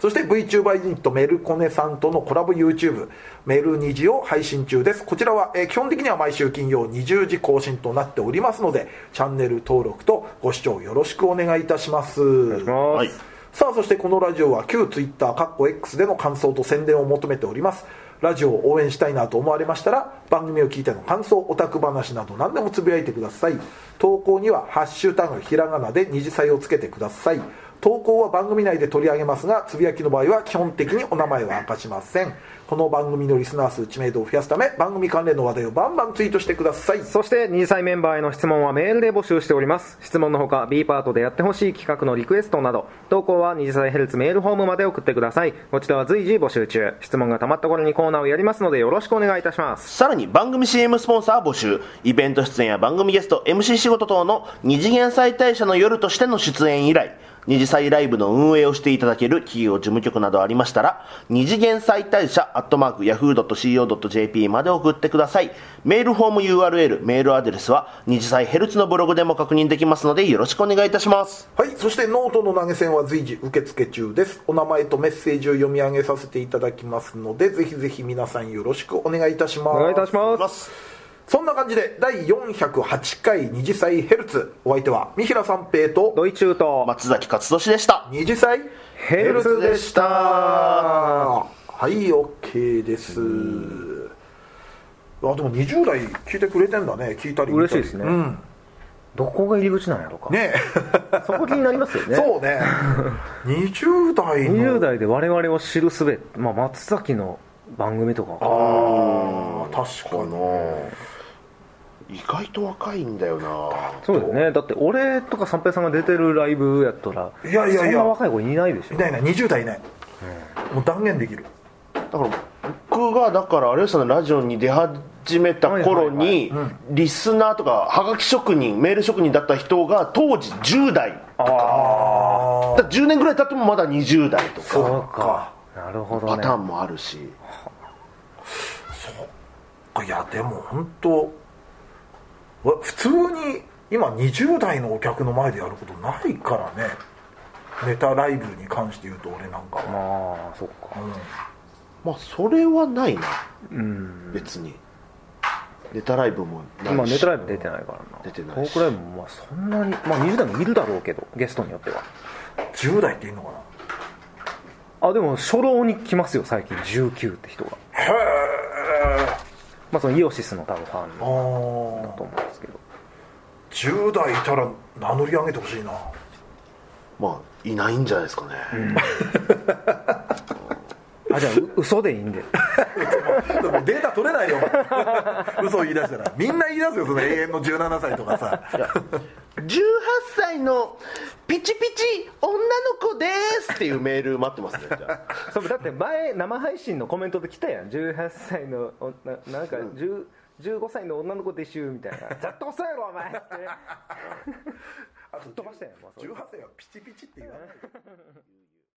B: そして VTuber ユニットメルコネさんとのコラボ YouTube メルニジを配信中ですこちらは、えー基本的には毎週金曜20時更新となっておりますのでチャンネル登録とご視聴よろしくお願いいたします
D: は
C: はいい、
B: さあそしてこのラジオは旧 Twitter かっこ X での感想と宣伝を求めておりますラジオを応援したいなと思われましたら番組を聞いての感想オタク話など何でもつぶやいてください投稿には「ハッシュタグひらがな」で二次祭をつけてください投稿は番組内で取り上げますがつぶやきの場合は基本的にお名前は明かしませんこの番組のリスナー数知名度を増やすため番組関連の話題をバンバンツイートしてください
C: そして2歳メンバーへの質問はメールで募集しております質問のほか B パートでやってほしい企画のリクエストなど投稿は2歳ヘルツメールフォームまで送ってくださいこちらは随時募集中質問がたまった頃にコーナーをやりますのでよろしくお願いいたします
D: さらに番組 CM スポンサー募集イベント出演や番組ゲスト MC 仕事等の二次元再大社の夜としての出演以来二次祭ライブの運営をしていただける企業事務局などありましたら二次元再大社アットマーク Yahoo.co.jp まで送ってくださいメールフォーム URL メールアドレスは二次祭ヘルツのブログでも確認できますのでよろしくお願いいたします
B: はい、そしてノートの投げ銭は随時受付中です。お名前とメッセージを読み上げさせていただきますので、ぜひぜひ皆さんよろしくお願いいたします。
C: お願いいたします
B: そんな感じで、第408回二次祭ヘルツ、お相手は三平三平と
C: ドイチューと
D: 松崎勝利でした
B: 二次祭
C: ヘルツでした
B: はい、OK です。あ、でも20代聞いてくれてんだね、聞いたり見たり
C: 嬉しいですね
B: うん、
C: どこが入り口なんやろうか、
B: ね
C: そこ気になりますよね
B: そうね。20代の。
C: 20代で我々を知るすべ、まあ、松崎の番組とか
B: ああ、確か
D: あ
B: に。
D: のー意外と若いんだよな
C: そうだよねだって俺とか三平さんが出てるライブやったら
B: いやいやいや
C: そんな若い子いないでしょ
B: いないいない20代いない、もう断言できる
D: だから僕がだから有吉さんのラジオに出始めた頃に、リスナーとかはがき職人メール職人だった人が当時10代だ
B: あ
D: から10年ぐらい経ってもまだ20代とか
C: そうかなるほど
D: パ
C: ね
D: ターンもあるし、
B: あいやでも本当わ普通に今20代のお客の前でやることないからねネタライブに関して言うと俺なんかは、
C: まあそっか
D: まあそれはないな、別にネタライブもないし
C: 今ネタライブ出てないからな
D: 出てないし
C: トークライブもまあそんなにまあ20代もいるだろうけどゲストによっては
B: 10代っていいのかな
C: あでも初老に来ますよ最近19って人がへえまあそのイオシスの多分ファン
B: あ
C: だ
B: ー
C: と思うんですけど
B: 10代いたら名乗り上げてほしいな
D: まあいないんじゃないですかね、
C: あじゃあう嘘でいいんで
B: でもデータ取れないよお前 嘘を言い出したらみんな言い出すよその永遠の17歳とかさ
D: 18歳のピチピチ女の子ですっていうメール待ってますねじゃあ
C: そうだって前生配信のコメントで来たやん18歳の女なんか10 15歳の女の子でしゅみたいな「ざっと遅いやろお前」って
B: あ
C: 吹っ飛ばしたやんもうそれ
B: 18歳はピチピチって言わない